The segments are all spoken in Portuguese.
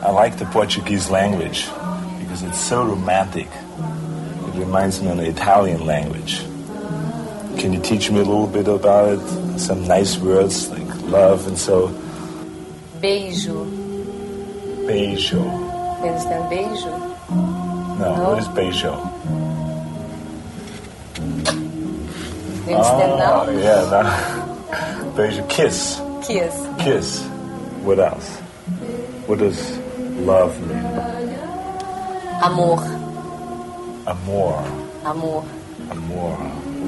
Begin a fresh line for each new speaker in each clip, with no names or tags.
I like the Portuguese language because it's so romantic. It reminds me of the Italian language. Can you teach me a little bit about it? Some nice words like love and so.
Beijo.
Beijo.
You understand beijo?
No,
No.
what is beijo?
You understand
Oh, yeah, no. beijo, kiss.
now? um Kiss.
Kiss. What else? What does love mean?
Amor.
Amor.
Amor.
Amor.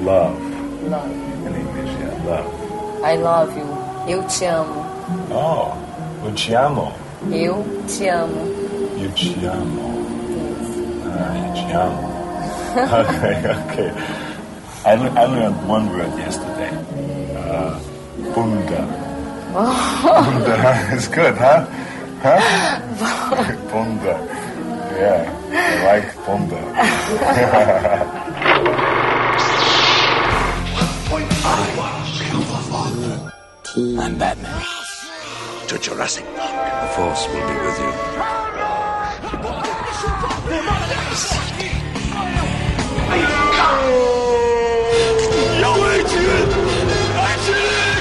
Love.
Love.
In English, yeah, love.
I love you. Eu te amo.
Oh, eu te amo.
Eu te amo.
Eu te amo. Ah, eu te amo. okay, okay. I, le- I learned one word yesterday. Uh, bunda. bunda. It's good, huh? Huh? bunda. Yeah, I like bunda.
I'm Batman.
to Jurassic Park.
The Force will be with you.
Я вытянет! Вытянет!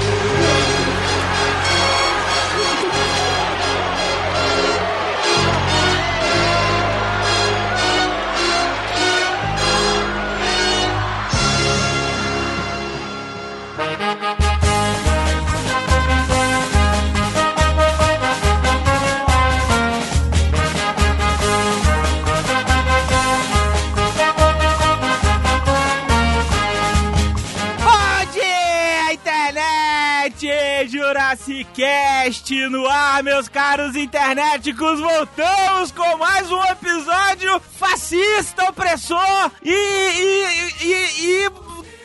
Onde é a internet Jurassicast no ar, meus caros internéticos. Voltamos com mais um episódio fascista, opressor e. e. e. e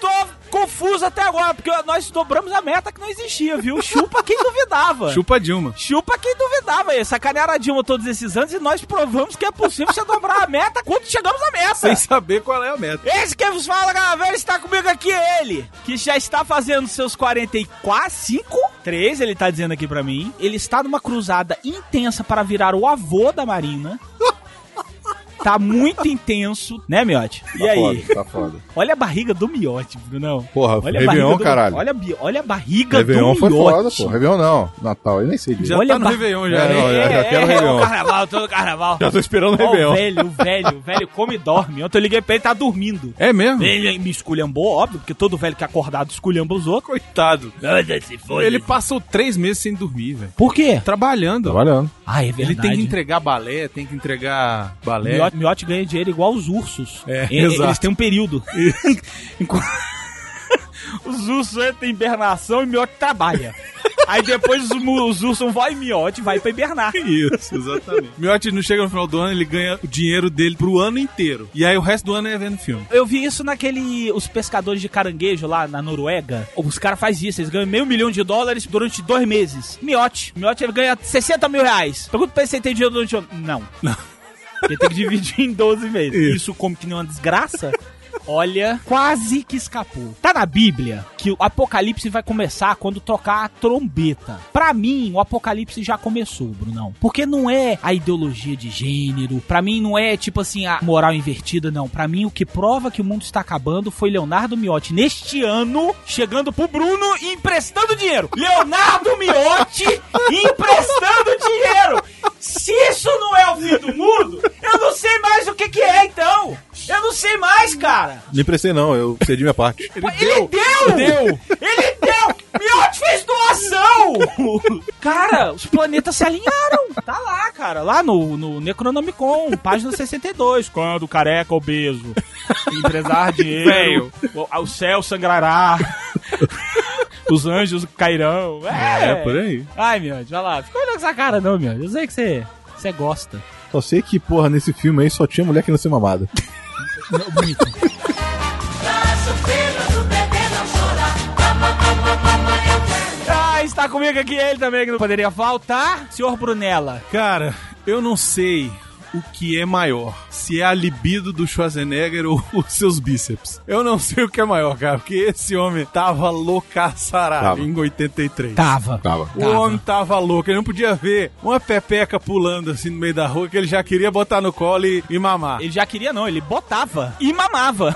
tô confuso até agora, porque nós dobramos a meta que não existia, viu? Chupa quem duvidava.
Chupa Dilma.
Chupa quem duvidava aí. Sacanearam a Dilma todos esses anos e nós provamos que é possível você dobrar a meta quando chegamos à meta.
Sem saber qual é a meta.
Esse que vos fala, galera, está comigo aqui é ele, que já está fazendo seus 44, 5, 3, ele tá dizendo aqui pra mim. Ele está numa cruzada intensa para virar o avô da Marina. Tá muito intenso, né, Miote? E aí?
Tá foda, tá foda.
Olha a barriga do Miote, Brunão.
Porra,
Olha a
Réveillon,
barriga do-
caralho.
Olha, a bi- olha a barriga
Réveillon
do
foi
Miote.
foda, pô. Réveillon não. Natal, eu nem sei disso.
um Já
Olha
tá no
ba-
Réveillon já,
É,
né?
não,
É,
já, já quero
é, é, o
Réveillon.
carnaval, todo carnaval.
Já tô esperando o
Ó, o
Réveillon.
velho, o velho, o velho come e dorme. Ontem eu liguei pra ele, tá dormindo.
É mesmo?
Ele me esculhambou, óbvio, porque todo velho que é acordado esculhamba os outros.
Coitado.
Olha, se foi.
Ele passou três meses sem dormir, velho.
Por quê?
Trabalhando.
Trabalhando.
Ah, é
Ele tem que entregar balé, tem que entregar balé.
Miote, Miote ganha dinheiro igual os ursos.
É,
E-
exato.
Eles têm um período. Enqu- os ursos entram em hibernação e Miote trabalha. Aí depois os, mu- os ursos vão e Miote vai pra hibernar.
Isso, exatamente. Miotti não chega no final do ano, ele ganha o dinheiro dele pro ano inteiro. E aí o resto do ano é vendo filme.
Eu vi isso naquele. Os pescadores de caranguejo lá na Noruega. Os caras fazem isso, eles ganham meio milhão de dólares durante dois meses. Miote. Miote ele ganha 60 mil reais. Pergunta pra ele se ele tem dinheiro durante. o- Não. Ele tem que dividir em 12 meses. Isso, como que não é uma desgraça? Olha, quase que escapou. Tá na Bíblia que o apocalipse vai começar quando tocar a trombeta. Pra mim, o apocalipse já começou, Brunão. Porque não é a ideologia de gênero, pra mim não é tipo assim a moral invertida, não. Pra mim o que prova que o mundo está acabando foi Leonardo Miotti neste ano chegando pro Bruno e emprestando dinheiro. Leonardo Miotti emprestando dinheiro. Se isso não é o fim do mundo, eu não sei mais o que que é, então. Eu não sei mais, cara.
Não emprestei, não. Eu cedi minha parte.
Pô, Ele deu! Ele deu! Miotti fez doação! Cara, os planetas se alinharam. Tá lá, cara. Lá no, no Necronomicon, página 62. Quando o careca obeso empresar dinheiro, o, o céu sangrará. Os anjos cairão. É,
É, por aí.
Ai, Miotti, vai lá. Fica olhando com essa cara, não, Miotti. Eu sei que você, você gosta.
Só sei que, porra, nesse filme aí só tinha mulher que não ser mamada.
Bonito. Ah, está comigo aqui ele também, que não poderia faltar. Senhor Brunella.
Cara, eu não sei o que é maior. Se é a libido do Schwarzenegger ou os seus bíceps. Eu não sei o que é maior, cara, porque esse homem tava loucaçarado
Tava.
em 83.
Tava.
Tava.
O homem tava louco, ele não podia ver uma pepeca pulando assim no meio da rua que ele já queria botar no colo e, e mamar.
Ele já queria não, ele botava e mamava.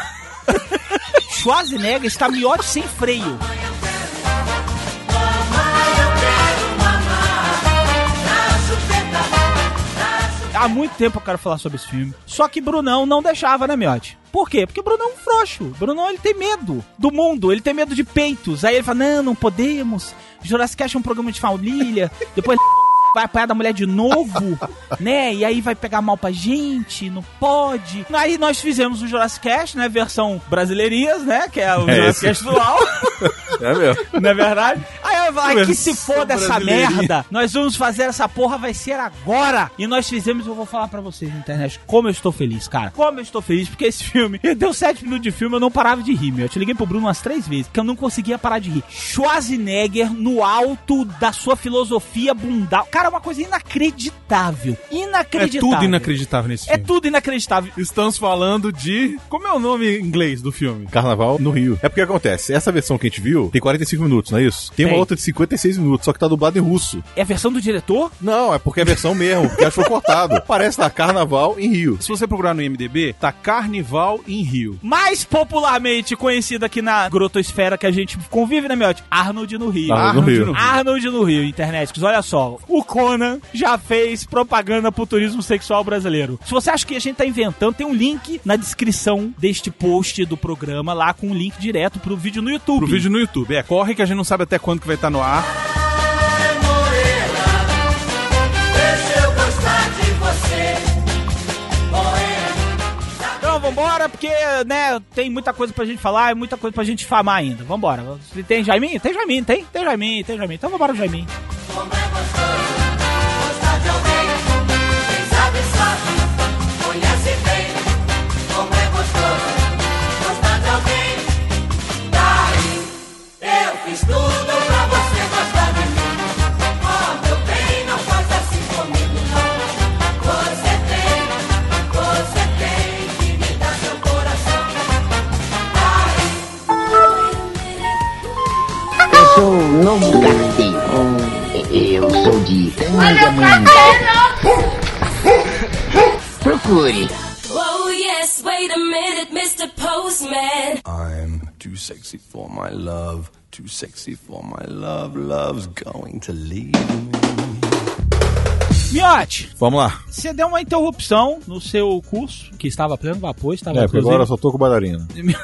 Schwarzenegger está miote sem freio. Há muito tempo eu quero falar sobre esse filme. Só que Brunão não deixava, né, Miote? Por quê? Porque Brunão é um frouxo. Brunão, ele tem medo do mundo, ele tem medo de peitos. Aí ele fala, não, não podemos. Jurassic Cast é um programa de família. Depois ele vai apanhar da mulher de novo, né? E aí vai pegar mal pra gente, não pode. Aí nós fizemos o Jurassic Cast, né? Versão brasileirias, né? Que é o
É
Jurassic Cast atual.
É mesmo.
Não é verdade? Aí eu ia falar, "Ai, que se
Versão
foda essa
brasileirinha.
merda. Nós vamos fazer essa porra, vai ser agora. E nós fizemos, eu vou falar pra vocês na internet, como eu estou feliz, cara. Como eu estou feliz, porque esse filme, deu 7 minutos de filme, eu não parava de rir, meu. Eu te liguei pro Bruno umas três vezes, que eu não conseguia parar de rir. Schwarzenegger no alto da sua filosofia bundal. Cara, é uma coisa inacreditável.
É
Inacreditável.
tudo inacreditável nesse
É
filme.
tudo inacreditável.
Estamos falando de. Como é o nome em inglês do filme?
Carnaval no Rio. É porque acontece, essa versão que a gente viu tem 45 minutos, não é isso? Tem uma
Tem.
outra de 56 minutos, só que tá dublado em russo.
É a versão do diretor?
Não, é porque é a versão mesmo, porque achou cortado. Parece lá, Carnaval em Rio.
Se você procurar no IMDB, tá Carnival em Rio.
mais popularmente conhecida aqui na grotosfera que a gente convive, né, Miotti? Arnold no Rio.
Arnold no Rio.
Arnold no Rio, internet. Olha só, o Conan já fez propaganda pro turismo sexual brasileiro. Se você acha que a gente tá inventando, tem um link na descrição deste post do programa lá com um link direto pro vídeo no YouTube.
Pro vídeo no YouTube. É, corre que a gente não sabe até quando que vai estar no ar.
Então vambora, porque, né, tem muita coisa pra gente falar e muita coisa pra gente famar ainda. Vambora. Tem Jaiminho? Tem Jaiminho, tem? Tem Jaiminho, tem Jaiminho. Então vambora, Jaiminho.
Eu sou o novo carteiro. Eu sou de Tangamanga. Procure.
Oh yes, wait a minute, Mr. Postman.
I'm too sexy for my love. Too sexy for my love. Love's going to leave me.
Miotti,
Vamos lá.
Você deu uma interrupção no seu curso, que estava a pleno vapor, estava
É, porque
inclusive-
agora eu só tô com bailarina.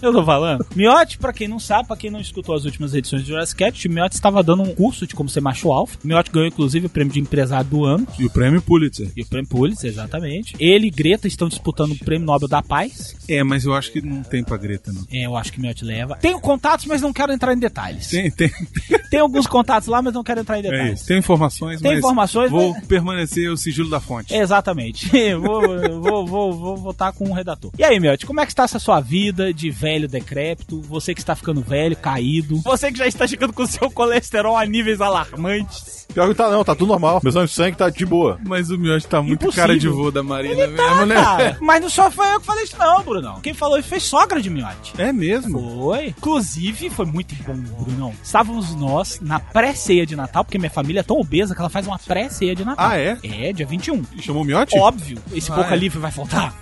Eu tô falando. Miotti, pra quem não sabe, pra quem não escutou as últimas edições do Jurassic Cast, o Miotti estava dando um curso de como ser macho alfa. O Miotti ganhou, inclusive, o prêmio de empresário do ano.
E o prêmio Pulitzer.
E o prêmio Pulitzer, exatamente. Ele e Greta estão disputando o prêmio Nobel da Paz.
É, mas eu acho que não tem pra Greta, não.
É, eu acho que o Miotti leva. Tenho contatos, mas não quero entrar em detalhes.
Tem, tem.
Tem alguns contatos lá, mas não quero entrar em
É
detalhes.
isso. Tem informações,
Tem
mas
informações,
Vou
mas-
permanecer o sigilo da fonte.
Exatamente. vou, vou, vou, vou votar com o redator. E aí, Melt, como é que está essa sua vida de velho decrépito? Você que está ficando velho, caído. Você que já está chegando com seu colesterol a níveis alarmantes.
Pior que tá não, tá tudo normal. Meu sangue de sangue tá de boa.
Mas o Miotti tá muito
É Impossível.
cara de vô da Marina
Ele tá,
mesmo, né?
cara. Mas não só foi eu que falei isso, não, Brunão. Quem falou isso foi sogra de Miotti.
É mesmo?
Foi. Inclusive, foi muito bom, Brunão. Estávamos nós na pré-ceia de Natal, porque minha família é tão obesa que ela faz uma pré-ceia de Natal.
Ah, é?
É, dia 21.
E Chamou o Miotti?
Óbvio, esse
Ah,
Boca
é.
Livre vai faltar.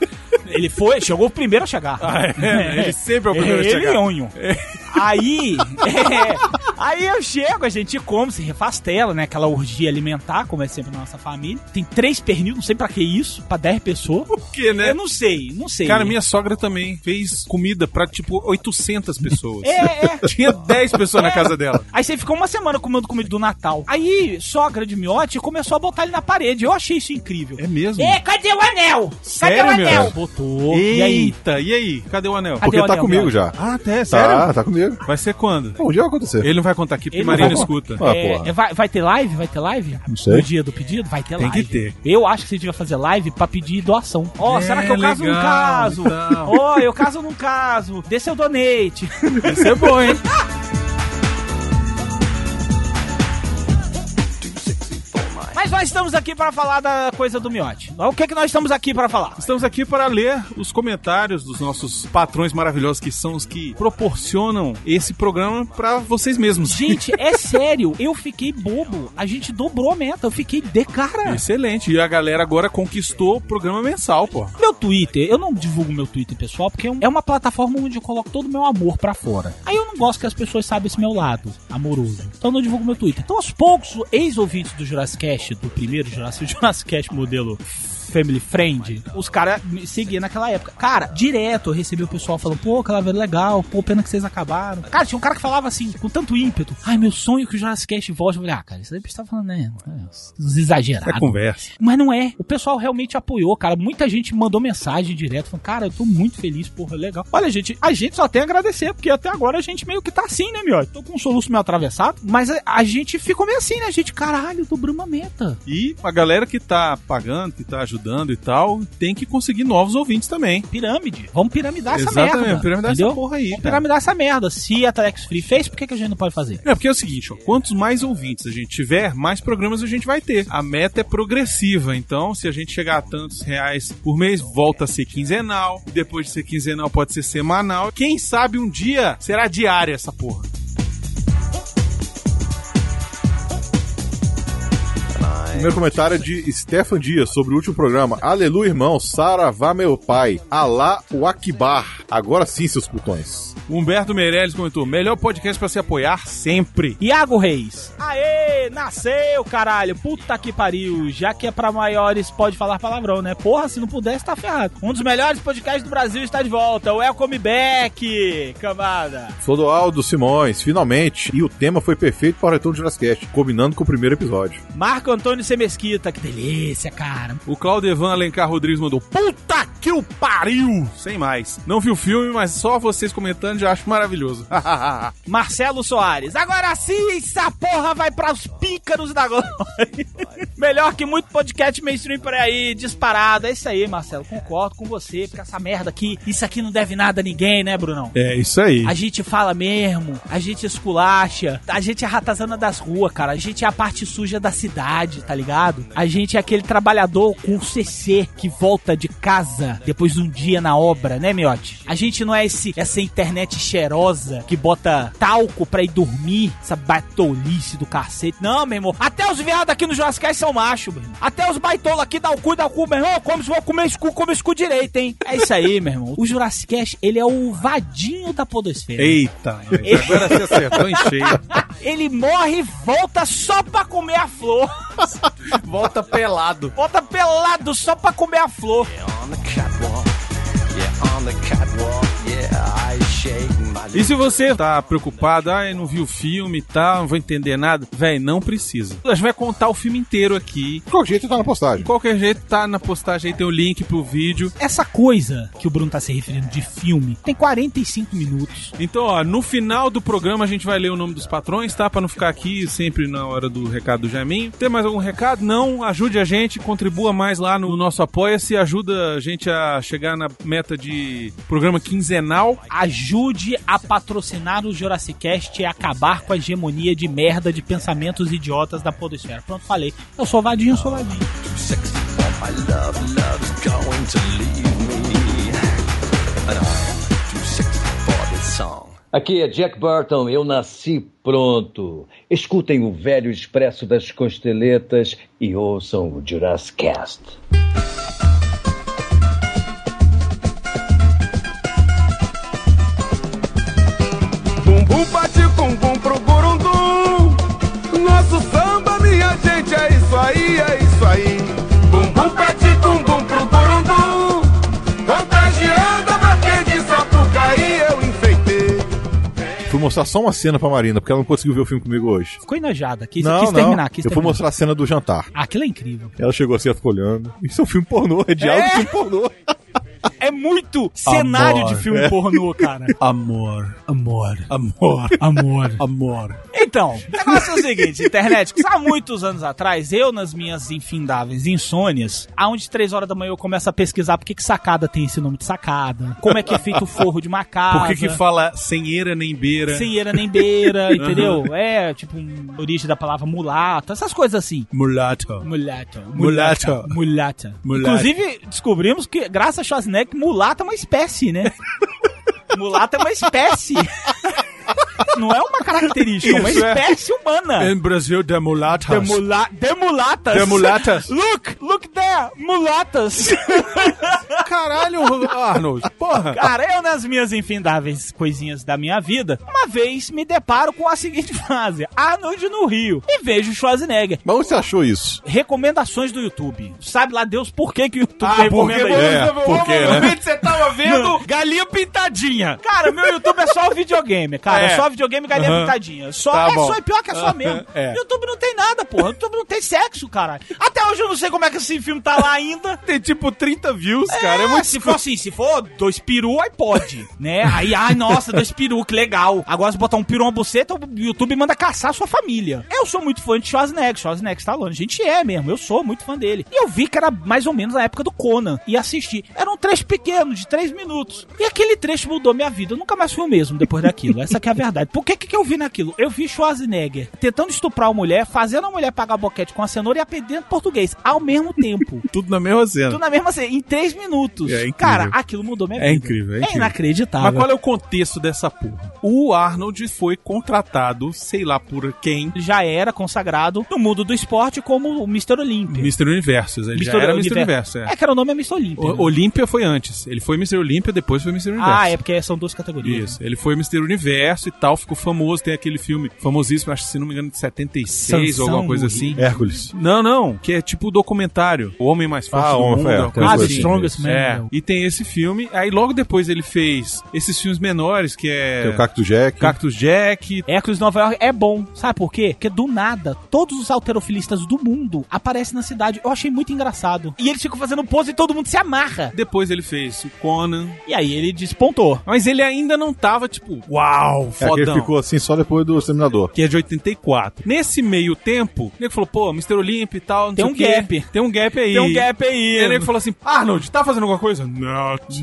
Ele foi, chegou o primeiro a chegar.
é? Ele sempre é o primeiro a
ele
chegar. É.
e Nhonho. Aí, é, aí eu chego, a gente come, se refastela, né? Aquela orgia alimentar, como é sempre na nossa família. Tem três pernil, não sei pra que isso, pra 10 pessoas.
Por quê, né?
Eu não sei, não sei.
Cara, minha sogra também fez comida pra, tipo, 800 pessoas.
É, é.
Tinha 10 pessoas na casa dela.
Aí você ficou uma semana comendo comida do Natal. Aí, sogra de miote começou a botar ele na parede. Eu achei isso incrível.
É mesmo?
Ê, cadê o anel?
Sério,
cadê o anel?
meu?
Botou. E aí?
Eita, e aí? Cadê o anel?
Cadê
Porque
o
tá
anel,
comigo
Miotti?
já.
Ah, até,
Tá,
sério?
tá comigo.
Vai ser quando?
Um dia vai acontecer.
Ele não vai contar aqui
Tá.
porque
Ele não
Marina
vai
escuta.
Ah,
É,
porra.
vai, vai ter live? Vai ter live?
Não sei.
No dia do pedido? Vai ter
Tem que
live.
ter.
Eu acho que você devia fazer live pra pedir doação. Ó,
É,
será que eu caso ou não
legal,
caso?
então.
Ó, eu caso ou não caso? Dê seu donate.
Isso é bom, hein?
Mas olha nós estamos aqui para falar da coisa do miote? O que, que nós estamos aqui para falar?
Estamos aqui para ler os comentários dos nossos patrões maravilhosos que são os que proporcionam esse programa para vocês mesmos.
Gente, é sério, eu fiquei bobo. A gente dobrou a meta, eu fiquei de cara.
Excelente. E a galera agora conquistou o programa mensal, pô. É
Meu Twitter, eu não divulgo meu Twitter pessoal porque é um- é uma plataforma onde eu coloco todo o meu amor pra fora. Aí eu não gosto que as pessoas saibam esse meu lado amoroso. Então eu não divulgo meu Twitter. Então aos poucos, ex-ouvintes do Jurassic Cast, do primeiro Jurassic, Jurassic Cast modelo Family Friend, os caras me seguiam naquela época. Cara, direto eu recebi o pessoal falando, pô, Calaveira legal, pô, pena que vocês acabaram. Cara, tinha um cara que falava assim, com tanto ímpeto, ai, meu sonho é que o Jurassic Cast volte. Eu falei, ah, cara, isso aí você tá falando, né? é, Uns
É
exagerados.
conversa.
Mas não é. O pessoal realmente apoiou, cara. Muita gente mandou mensagem direto. Falando, cara, eu tô muito feliz, porra, legal. Olha, gente, a gente só tem a agradecer, porque até agora a gente meio que tá assim, né, meu? Tô com um soluço meio atravessado, mas a, a gente ficou meio assim, né, gente? Caralho, dobramos a meta.
E a galera que tá pagando, que tá ajudando e tal, tem que conseguir novos ouvintes também.
Pirâmide. Vamos piramidar essa
Exatamente,
merda.
piramidar essa
entendeu?
porra aí,
Vamos
cara.
piramidar essa merda. Se a Telex Free fez, por que, que a gente não pode fazer?
É, porque é o seguinte, ó, quantos mais ouvintes a gente tiver, mais programas a gente vai ter. A meta é progressiva, então se a gente chegar a tantos reais por mês, volta a ser quinzenal, e depois de ser quinzenal pode ser semanal. Quem sabe um dia será diária essa porra.
Primeiro comentário é de Stefan Dias sobre o último programa. Aleluia, irmão. Saravá, meu pai. Alá, o Akbar. Agora sim, seus putões.
Humberto Meirelles comentou: melhor podcast pra se apoiar sempre.
Iago Reis. Aê, nasceu, caralho. Puta que pariu. Já que é pra maiores, pode falar palavrão, né? Porra, se não pudesse, tá ferrado. Um dos melhores podcasts do Brasil está de volta. Welcome back, camada.
Clodoaldo Simões, finalmente. E o tema foi perfeito para o retorno de Jurassic Cast, combinando com o primeiro episódio.
Marco Antônio Semesquita. Que delícia, cara.
O Claudevan Alencar Rodrigues mandou: Puta que o pariu! Sem mais. Não vi o filme, mas só vocês comentando já acho maravilhoso.
Marcelo Soares. Agora sim, essa porra vai pras pícaros da Glória. Melhor que muito podcast mainstream por aí, disparado. É isso aí, Marcelo. Concordo com você, porque essa merda aqui, isso aqui não deve nada a ninguém, né, Brunão?
é isso aí.
A gente fala mesmo, a gente esculacha, a gente é a ratazana das ruas, cara. A gente é a parte suja da cidade, tá ligado? A gente é aquele trabalhador com CC que volta de casa depois de um dia na obra, né, Miote? A gente não é esse, essa internet cheirosa que bota talco pra ir dormir, essa batolice do cacete. Não, meu irmão. Até os viados aqui no Jurassic são macho, meu irmão. Até os baitola aqui dá o cu, dá o cu, meu irmão. Como se vou comer esse cu, come esse cu direito, hein? É isso aí, meu irmão. O Jurassic, ele é o vadinho da podosfera.
Eita, mas agora você acertou em cheio.
Ele morre e volta só pra comer a flor.
Volta pelado.
Volta pelado só pra comer a flor.
E se você tá preocupado, ah, eu não vi o filme e tal, não vou entender nada, véi, não precisa. A gente vai contar o filme inteiro aqui.
De qualquer jeito, tá na
De
postagem.
qualquer jeito, tá na postagem aí, tem o link pro vídeo.
Essa coisa que o Bruno tá se referindo de filme tem 45 minutos.
Então, ó, no final do programa a gente vai ler o nome dos patrões, tá? Pra não ficar aqui sempre na hora do recado do Jamin. Tem mais algum recado? Não, ajude a gente, contribua mais lá no nosso Apoia-se, ajuda a gente a chegar na meta de programa quinzenal.
Ajude a patrocinar o Jurassicast e acabar com a hegemonia de merda de pensamentos idiotas da podosfera. Pronto, falei. Eu sou vadinho, eu sou vadinho.
Aqui é Jack Burton, eu nasci pronto. Escutem o velho expresso das costeletas e ouçam o Jurassic Cast.
Bumbum bate com bum pro burundum. Nosso samba, minha gente, é isso aí, é isso aí. Bumbum bate com bum pro burundum. Contagiando a bater de sapucaí, eu enfeitei.
Fui mostrar só uma cena pra Marina, porque ela não conseguiu ver o filme comigo hoje.
Ficou enojada. Quis,
não,
quis
não.
terminar. Quis
Eu fui
terminar.
mostrar a cena do jantar.
Aquilo é incrível.
Ela chegou assim, ela ficou olhando. Isso é um filme pornô, é diálogo de filme pornô.
É muito cenário
Amor.
de filme pornô, cara.
Amor,
Amor.
amor,
Amor.
amor.
É então, o negócio é o seguinte, internet, há muitos anos atrás, eu nas minhas infindáveis insônias, aonde três horas da manhã eu começo a pesquisar por que que sacada tem esse nome de sacada, como é que é feito o forro de uma casa.
Por que que fala sem eira nem beira?
Sem eira nem beira, entendeu? É, tipo, um, origem da palavra mulata, essas coisas assim.
Mulato.
Mulata.
Mulata.
Mulata.
Mulata.
Inclusive, descobrimos que, graças a Schwarzenegger, mulata é uma espécie, né? mulata é uma espécie. Não é uma característica, é uma
Isso é.
espécie humana.
Em Brasil, de mulatas.
Demula demulatas.
De mulatas.
Look, look there, mulatas.
Caralho, um Ah, Arnold. Porra.
Cara, eu nas minhas infindáveis coisinhas da minha vida, uma vez me deparo com a seguinte frase. Arnold no Rio. E vejo Schwarzenegger.
Mas onde você achou isso?
Recomendações do YouTube. Sabe lá Deus por que, que o YouTube
Ah, porque
recomenda isso?
você-
É, porque, né?
você tava
Vendo galinha pintadinha. Cara, meu YouTube é só videogame, cara.
É.
É. Só videogame e galinha
Aham.
pintadinha. Só,
Tá
é
bom.
só e pior que é só
Aham,
mesmo.
é.
YouTube não tem nada, porra. YouTube não tem sexo, cara. Até hoje eu não sei como é que esse filme tá lá ainda.
Tem tipo 30 views, cara. É muito
se for assim, se for dois peru, aí pode, né? Aí, ai, nossa, dois peru, que legal. Agora, se botar um peru uma buceta, o YouTube manda caçar a sua família. Eu sou muito fã de Schwarzenegger, Schwarzenegger tá longe. A gente é mesmo, eu sou muito fã dele. E eu vi que era mais ou menos na época do Conan, e assisti. Era um trecho pequeno, de três minutos. E aquele trecho mudou minha vida, eu nunca mais fui o mesmo depois daquilo. Essa que é a verdade. Por que que que eu vi naquilo? Eu vi Schwarzenegger tentando estuprar uma mulher, fazendo a mulher pagar boquete com a cenoura e aprendendo português ao mesmo tempo.
Tudo na mesma cena.
Tudo na mesma cena, em três minutos.
É incrível.
Cara, aquilo mudou minha
É
vida.
incrível, é incrível. Mas
inacreditável.
qual é o contexto dessa porra? O Arnold foi contratado, sei lá por quem,
Ele já era consagrado no mundo do esporte como o Mr. Olympia.
Mr. Universo. Ele já
Mr.
era Mr.
Univer-
Universo, é.
É que era o nome é Mr. Olympia. né?
O- Olímpia foi antes. Ele foi Mr. Olímpia, depois foi Mr. Universo.
ah, é porque são duas categorias.
Isso. Ele foi Mr. Universo e tal, ficou famoso. Tem aquele filme famosíssimo, acho que se não me engano, de 76
Sansão
ou alguma coisa
no
assim.
Hércules.
Não, não, que é tipo o documentário. O Homem Mais Forte
Ah,
do
Homem-
Mundo.
é,
uma
tem
coisa
Ah, The
Coisa assim.
Strongest Man. né?
É, e tem esse filme. Aí logo depois ele fez esses filmes menores, que é
Tem o Cacto Jack.
Cactus Jack.
Hércules Nova York é bom. Sabe por quê? Porque do nada, todos os alterofilistas do mundo aparecem na cidade. Eu achei muito engraçado. E eles ficam fazendo pose e todo mundo se amarra.
Depois ele fez o Conan.
E aí ele despontou.
Mas ele ainda não tava, tipo, uau,
É, que ele
fodão.
ficou assim só depois do Exterminador.
que é de 84. Nesse meio tempo, o nego falou, pô, Mr. Olympia e tal, não
Tem
sei
um
o quê.
gap.
Tem um gap aí.
Tem um gap aí.
E o nego falou assim, Arnold, tá fazendo alguma coisa? Not,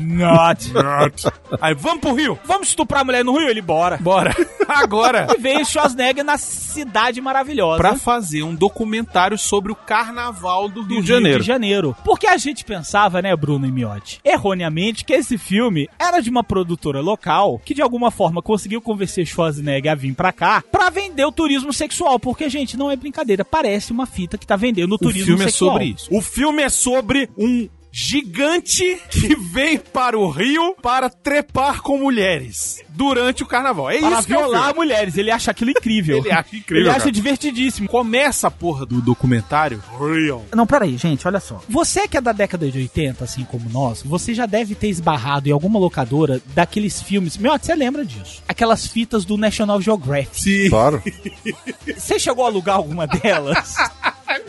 Not.
not. aí, vamos pro Rio.
Vamos estuprar a mulher no Rio? Ele bora.
Bora. Agora.
E veio Schwarzenegger na cidade maravilhosa.
pra fazer um documentário sobre o carnaval do Rio,
do
de Janeiro.
de Janeiro. Porque a gente pensava, né, Bruno e Miotti, erroneamente, que esse filme era de uma produtora local que de alguma forma conseguiu convencer Schwarzenegger a vir pra cá pra vender o turismo sexual. Porque, gente, não é brincadeira, parece uma fita que tá vendendo o,
O
turismo
filme é
sexual.
sobre isso. O filme é sobre um gigante que vem para o Rio para trepar com mulheres durante o carnaval. É
Para
isso que é o filme.
violar mulheres, ele acha aquilo incrível.
Ele acha incrível,
Ele acha
cara.
divertidíssimo.
Começa a porra do documentário Real.
Não, peraí, gente, olha só. Você que é da década de 80, assim como nós, você já deve ter esbarrado em alguma locadora daqueles filmes. Meu, você lembra disso? Aquelas fitas do National Geographic.
Sim.
Claro.
Você chegou a alugar alguma delas?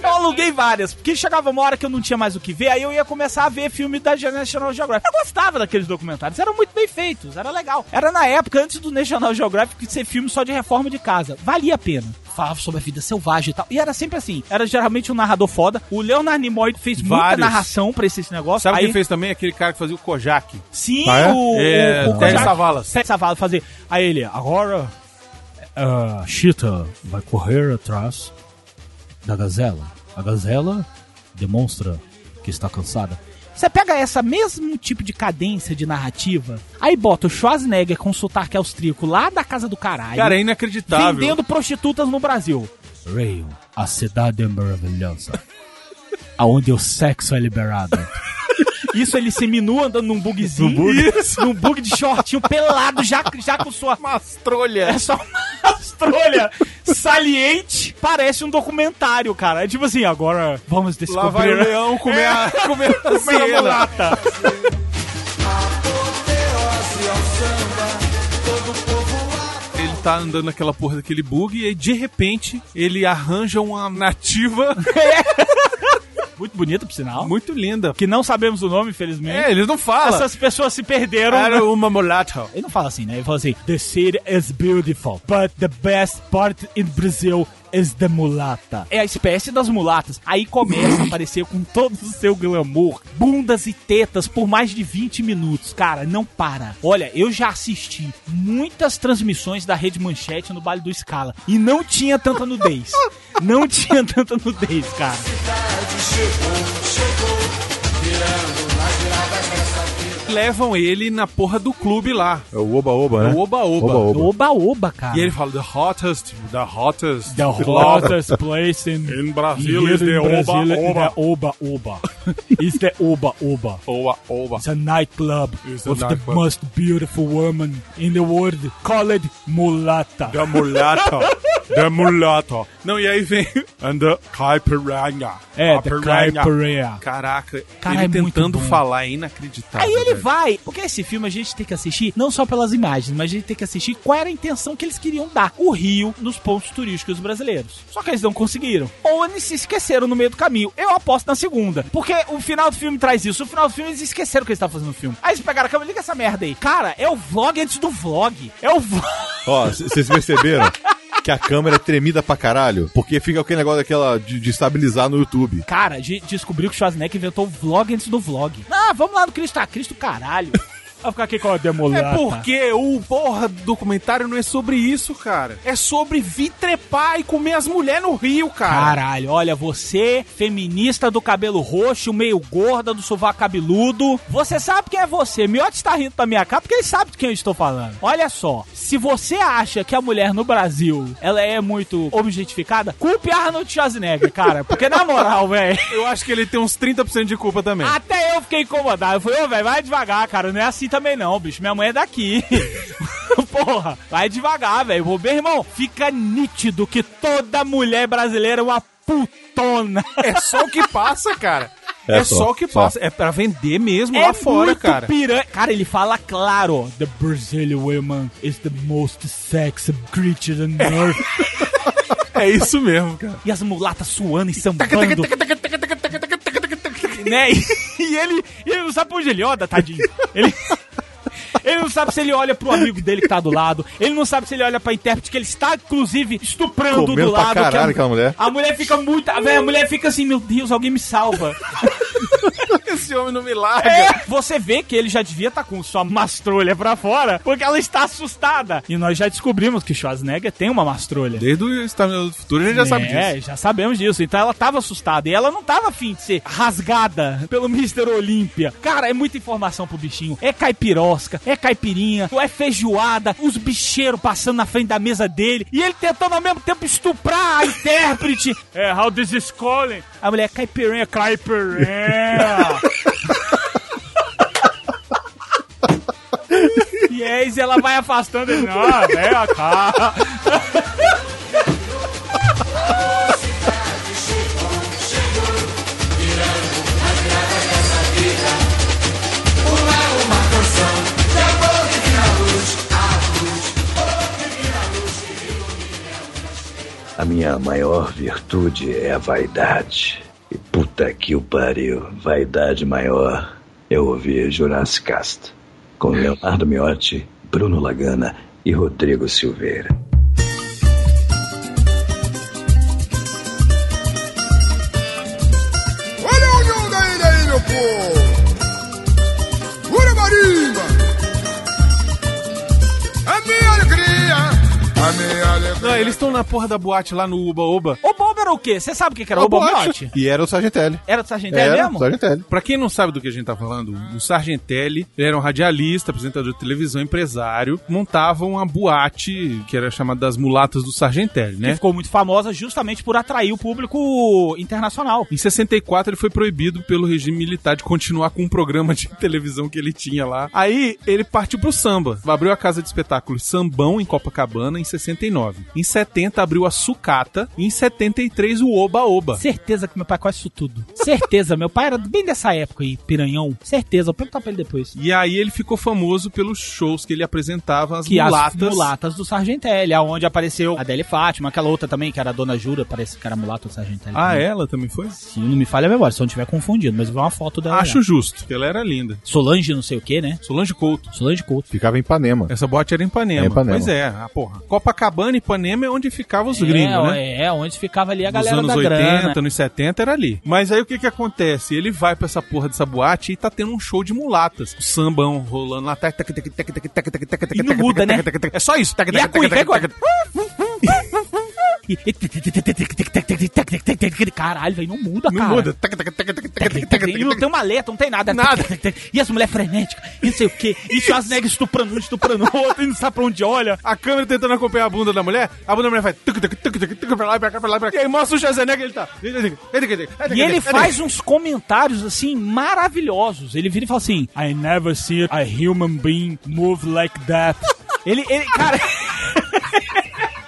Eu aluguei várias, porque chegava uma hora que eu não tinha mais o que ver, aí eu ia começar a ver filme da National Geographic. Eu gostava daqueles documentários, eram muito bem feitos, era legal. Era na época, antes do National Geographic, ser filme só de reforma de casa. Valia a pena. Falava sobre a vida selvagem e tal. E era sempre assim. Era geralmente um narrador foda. O Leonard Nimoy fez
Vários.
muita narração pra esse, esse negócio.
Sabe
aí,
quem fez também? Aquele cara que fazia o Kojak.
Sim,
Ah, é?
o,
É,
o, o
Ted
Kojak-
Savalas.
Ted Savalas fazer. Aí ele, agora é, a chita vai correr atrás da gazela. A gazela demonstra que está cansada. Você pega essa mesmo tipo de cadência de narrativa, aí bota o Schwarzenegger com sotaque austríaco lá da casa do caralho,
Cara, é inacreditável.
vendendo prostitutas no Brasil. Rio, a cidade é maravilhosa, aonde o sexo é liberado. Isso ele seminua andando num bugzinho, num bug, num bug de shortinho pelado, já, já com sua
Mastrolha.
é só uma astrolha saliente. Parece um documentário, cara. É tipo assim, agora vamos descobrir. É.
Lá vai o leão comer a, É. comer a
Comer a
hiena.
mulata.
Ele tá andando naquela porra daquele bug e aí, de repente ele arranja uma nativa
muito bonita, por sinal.
Muito linda.
Que não sabemos o nome, infelizmente.
É, eles não falam.
Essas pessoas se perderam.
Era uma mulata.
Ele não fala assim, né? Ele fala assim: The city is beautiful, but the best part in Brazil is the mulata. É a espécie das mulatas. Aí começa a aparecer com todo o seu glamour, bundas e tetas por mais de 20 minutos. Cara, não para. Olha, eu já assisti muitas transmissões da Rede Manchete no Baile do Scala e não tinha tanta nudez. Não tinha tanta nudez, cara.
Levam ele na porra do clube lá.
É o oba-oba, né?
O Oba-Oba.
Oba-Oba.
Oba-oba, cara.
E ele fala, the hottest, the hottest.
The hottest place in,
In Brazil is the
Brazil
oba, oba.
is the oba oba. It's the oba oba.
Oba, oba.
It's a nightclub
It's a
with the
nightclub.
most beautiful woman in the world, called mulata.
The mulata. The mulata. Não, e aí vem. And the caipirinha.
É, the caipirinha.
Caraca,
Cara,
ele
é muito
tentando
bom.
falar é inacreditável.
Aí ele
velho.
vai, porque esse filme a gente tem que assistir não só pelas imagens, mas a gente tem que assistir qual era a intenção que eles queriam dar o Rio nos pontos turísticos brasileiros. Só que eles não conseguiram. Ou eles se esqueceram no meio do caminho. Eu aposto na segunda, porque o final do filme traz isso. O final do filme eles esqueceram que eles estavam fazendo no filme. Aí eles pegaram a câmera, liga essa merda aí. Cara, é o vlog antes do vlog. É o vlog.
Ó, c- vocês perceberam? Que a câmera é tremida pra caralho, porque fica aquele negócio daquela de, de estabilizar no YouTube.
Cara, a gente descobriu que o Schwarzenegger inventou o vlog antes do vlog. Ah, vamos lá no Cristo a Cristo, caralho. Vai ficar aqui com a demolada.
É porque o porra do documentário não é sobre isso, cara. É sobre vir trepar e comer as mulheres no Rio, cara.
Caralho, olha, você, feminista do cabelo roxo, meio gorda, do sovaco cabeludo, você sabe quem é você. Miotti está rindo da minha cara porque ele sabe de quem eu estou falando. Olha só, se você acha que a mulher no Brasil, ela é muito objetificada, culpe Arnold Schwarzenegger, cara. Porque na moral, velho...
Eu acho que ele tem uns 30% de culpa também.
Até eu fiquei incomodado. Eu falei, ô, velho, vai devagar, cara. Não é assim também não, bicho. Minha mãe é daqui. Porra, vai devagar, velho. Ô, Meu irmão, fica nítido que toda mulher brasileira é uma putona.
É só o que passa, cara.
É
É,
só,
só, É o que
só.
passa. É pra vender mesmo lá fora, cara.
É piranha. Cara, ele fala claro. The Brazilian woman is the most sexy creature on earth.
É isso mesmo, cara.
e as mulatas suando e sambando. né? E, e ele, ele não sabe pra onde ele olha, tadinho. Ele, ele não sabe se ele olha pro amigo dele que tá do lado. Ele não sabe se ele olha pra intérprete, que ele está, inclusive, estuprando
Comendo
do
pra
lado. que
caralho
a-
aquela mulher.
a mulher fica muito. A, véi, a mulher fica assim, meu Deus, alguém me salva.
Esse homem não me larga.
É, Você vê que ele já devia estar com sua mastrolha pra fora, porque ela está assustada. E nós já descobrimos que Schwarzenegger tem uma mastrolha.
Desde o Exterminador do Futuro a gente já sabe
É,
disso.
já sabemos disso. Então ela tava assustada e ela não tava afim de ser rasgada pelo Mr. Olímpia. Cara, é muita informação pro bichinho. É caipirosca, é caipirinha, é feijoada, os bicheiros passando na frente da mesa dele e ele tentando ao mesmo tempo estuprar a intérprete. é, how this is calling? A mulher, caipirinha, caipirinha. E aí ela vai afastando ele. Não, velho, Ah, né, cara.
A minha maior virtude é a vaidade. E puta que o pariu, vaidade maior. Eu ouvi Jurassic Cast com Leonardo Miotti, Bruno Lagana e Rodrigo Silveira.
Olha o jogo daí, daí, meu povo! Ura marimba! A minha alegria! A minha alegria!
Não, Ah, eles estão na porra da boate lá no Uba Oba.
O Bob era o quê? Você sabe o que que era
Uma
o Bob
boate.
Miotti?
E era o Sargentelli.
Era do
É
Sargentelli
Era
mesmo?
o Sargentelli.
Pra quem não sabe do que a gente tá falando, o Sargentelli ele era um radialista, apresentador de televisão, empresário. Montava uma boate que era chamada das mulatas do Sargentelli,
Que
né?
ficou muito famosa justamente por atrair o público internacional.
Em 64 ele foi proibido pelo regime militar de continuar com um programa de televisão que ele tinha lá. Aí ele partiu pro samba. Abriu a casa de espetáculos Sambão em Copacabana em 69. Em 70 abriu a Sucata e em 73 93, o Oba Oba.
Certeza que meu pai conhece isso tudo. Certeza, meu pai era bem dessa época aí, piranhão. Certeza, vou perguntar pra ele depois.
E aí ele ficou famoso pelos shows que ele apresentava, as
Que as
mulatas.
mulatas do Sargentelli, aonde apareceu a Deli Fátima, aquela outra também, que era a Dona Jura, parece que era mulata do Sargentelli.
Ah,
também.
ela também foi?
Se não me falha a memória, se eu não tiver confundido, mas eu vi uma foto dela.
Acho
lá.
justo, que ela era linda.
Solange não sei o que, né?
Solange Couto.
Solange Couto.
Ficava em Ipanema.
Essa boate era em Ipanema.
É Ipanema.
Pois é, a porra. Copacabana e Ipanema é onde ficavam os gringos, né?
é, é, onde ficava ali a
Nos
galera
anos
da
80,
grana.
anos 70 era ali. Mas aí o que que acontece? Ele vai pra essa porra dessa boate e tá tendo um show de mulatas. O sambão rolando lá. tac, tac, tac, tac, tac, tac, tac, tac, tac,
E não
tac,
muda,
tac,
né?
tac, tac. É só isso.
E a cuica, é igual. E- e- Caralho, velho, não muda,
Não
cara.
muda. Tac, tac, tac, tac, tac, tac, tac,
E não tem uma letra, não tem nada.
Nada.
E as mulheres frenéticas, e não sei o quê. E Schwarzenegger estuprando um, estuprando o outro, e não sabe pra onde olha.
A câmera tentando acompanhar a bunda da mulher, a bunda da mulher faz tuc, tuc, tuc, tuc, tuc, pra lá, pra cá, pra lá, pra cá. E aí mostra o Schwarzenegger, ele tá.
E ele faz uns comentários assim maravilhosos. Ele vira e fala assim: I never see a human being move like that. ele, ele, cara.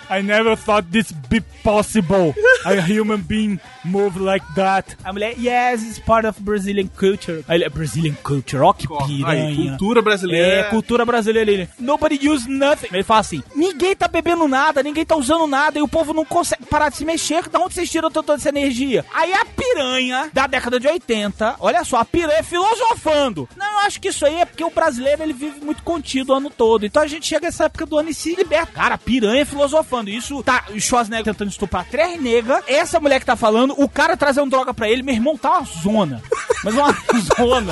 I never thought this be possible. A human being move like that. A mulher, yes, it's part of Brazilian culture. Aí ele, "É Brazilian culture, ó, que
Aí,
piranha.
cultura brasileira.
É, cultura brasileira. Ele, nobody use nothing. Ele fala assim: ninguém tá bebendo nada, ninguém tá usando nada, e o povo não consegue parar de se mexer. Da onde vocês tiram toda essa energia? Aí a piranha da década de 80, olha só, a piranha filosofando. Não, eu acho que isso aí é porque o brasileiro ele vive muito contido o ano todo. Então a gente chega nessa época do ano e se liberta. Cara, a piranha filosofando. Isso tá o Schwarzenegger tentando estuprar três negras, essa mulher que tá falando, o cara trazendo droga pra ele, meu irmão tá uma zona. Mas uma zona.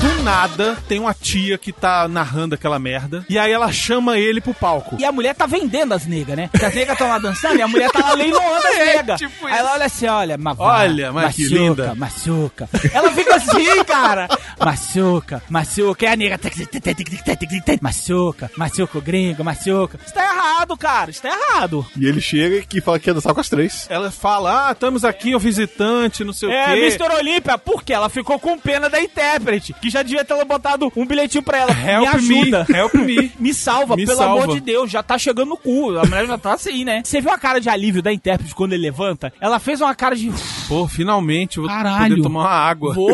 Do nada, tem uma tia que tá narrando aquela merda. E aí ela chama ele pro palco.
E a mulher tá vendendo as negas, né? Porque as negas estão lá dançando e a mulher tá lá leiloando as negas.
tipo
Aí ela olha assim, olha, ma-
Olha, mas que linda.
Machuca. Ela fica assim, cara. Machuca, machuca. E a nega. tic, tic, tic, tic, tic, tic, tic, tic. Machuca, machuca o gringo, machuca. Isso tá errado, cara. Isso tá errado.
E ele chega e que fala que ia dançar com as três.
Ela fala: Ah, estamos aqui, o visitante, não sei o
É,
quê.
Mr. Olímpia, porque ela ficou com pena da intérprete, que já devia ter botado um bilhetinho pra ela. me
Help me,
ajuda.
help me.
me salva,
Me
pelo
salva.
amor de Deus, já tá chegando no cu. A mulher já tá assim, né? Você viu a cara de alívio da intérprete quando ele levanta? Ela fez uma cara de.
Pô, finalmente vou
Caralho.
poder tomar uma água.
Vou.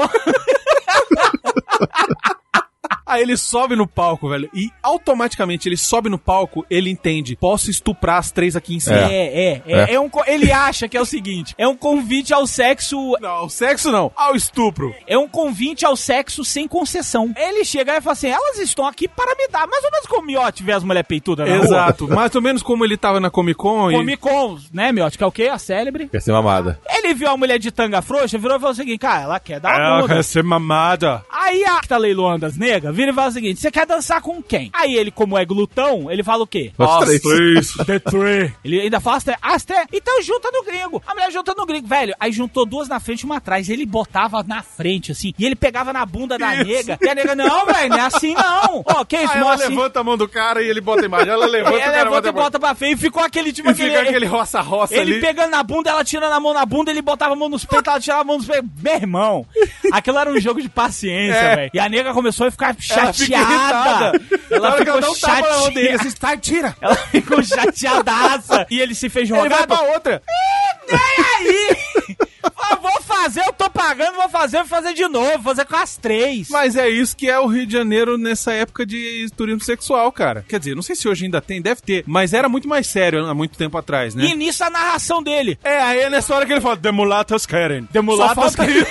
Aí ele sobe no palco, velho. E automaticamente ele sobe no palco, ele entende. Posso estuprar as três aqui em cima.
É, é, é.
É.
é um, co- ele acha que é o seguinte: é um convite ao sexo
Não, ao sexo não, ao estupro.
É um convite ao sexo sem concessão. Ele chega e fala assim: elas estão aqui para me dar. Mais ou menos como o Miotti vê as mulheres peitudas na rua.
Exato. Mais ou menos como ele tava na Comic Con.
Comic Con, né, Miotti? Que é o quê? A célebre.
Quer ser mamada.
Ele viu a mulher de tanga frouxa, virou e falou o seguinte: cara, ela quer
E...
dar a
Ela
bunda.
quer ser mamada.
Aí a que tá leiloando as negas vira e fala o seguinte: você quer dançar com quem? Aí ele, como é glutão, ele fala o quê?
Com as três.
The Three. Ele ainda fala Aster. Aster, então junta no gringo. A mulher junta no gringo, velho. Aí juntou duas na frente e uma atrás. Ele botava na frente, assim. E ele pegava na bunda da nega. E a nega, não, velho, não é assim não. Ó, que isso,
Aí
não é
ela
assim.
levanta a mão do cara e ele bota a imagem. Ela levanta,
Ela
o cara
levanta e
bota
bota pra frente. E ficou aquele tipo
a imagem. E fica aquele roça-roça
ele
ali.
pegando na bunda, ela tirando a mão na bunda, ele botava a mão nos peitos, ela tirava a mão nos peitos. Meu irmão, aquilo era um jogo de paciência,
É.
velho. E a nega começou a ficar
Ela fica
chateada.
irritada. Na hora que ela dá um tapa na mão dele,
chateada.
assim, "Sai, tira.
Ela ficou chateadaça. e ele se fez
Ele vai
jogar.
pra outra.
aí! Eu vou fazer, eu tô pagando, vou fazer, vou fazer de novo, vou fazer com as três.
Mas é isso que é o Rio de Janeiro nessa época de turismo sexual, cara. Quer dizer, não sei se hoje ainda tem, deve ter, mas era muito mais sério há muito tempo atrás, né?
E nisso a narração dele.
É, aí é nessa hora que ele fala, The mulatas querem. The
mulatas querem."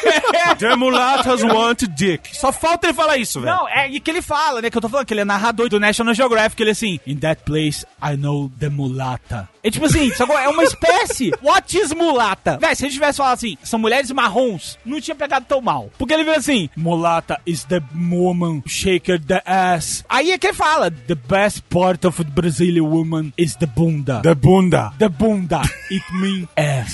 The mulatas want dick. É. Só falta ele falar isso, velho.
Não, é e que ele fala, né? Que eu tô falando que ele é narrador do National Geographic. Ele é assim, In that place, I know the mulata. É tipo assim, sacou? é uma espécie. What is mulata? Véi, se a gente tivesse falado assim, são mulheres marrons, não tinha pegado tão mal. Porque ele vira assim, mulata is the woman shaker the ass. Aí é que ele fala, the best part of the Brazilian woman is the bunda.
The bunda.
The bunda, it mean ass.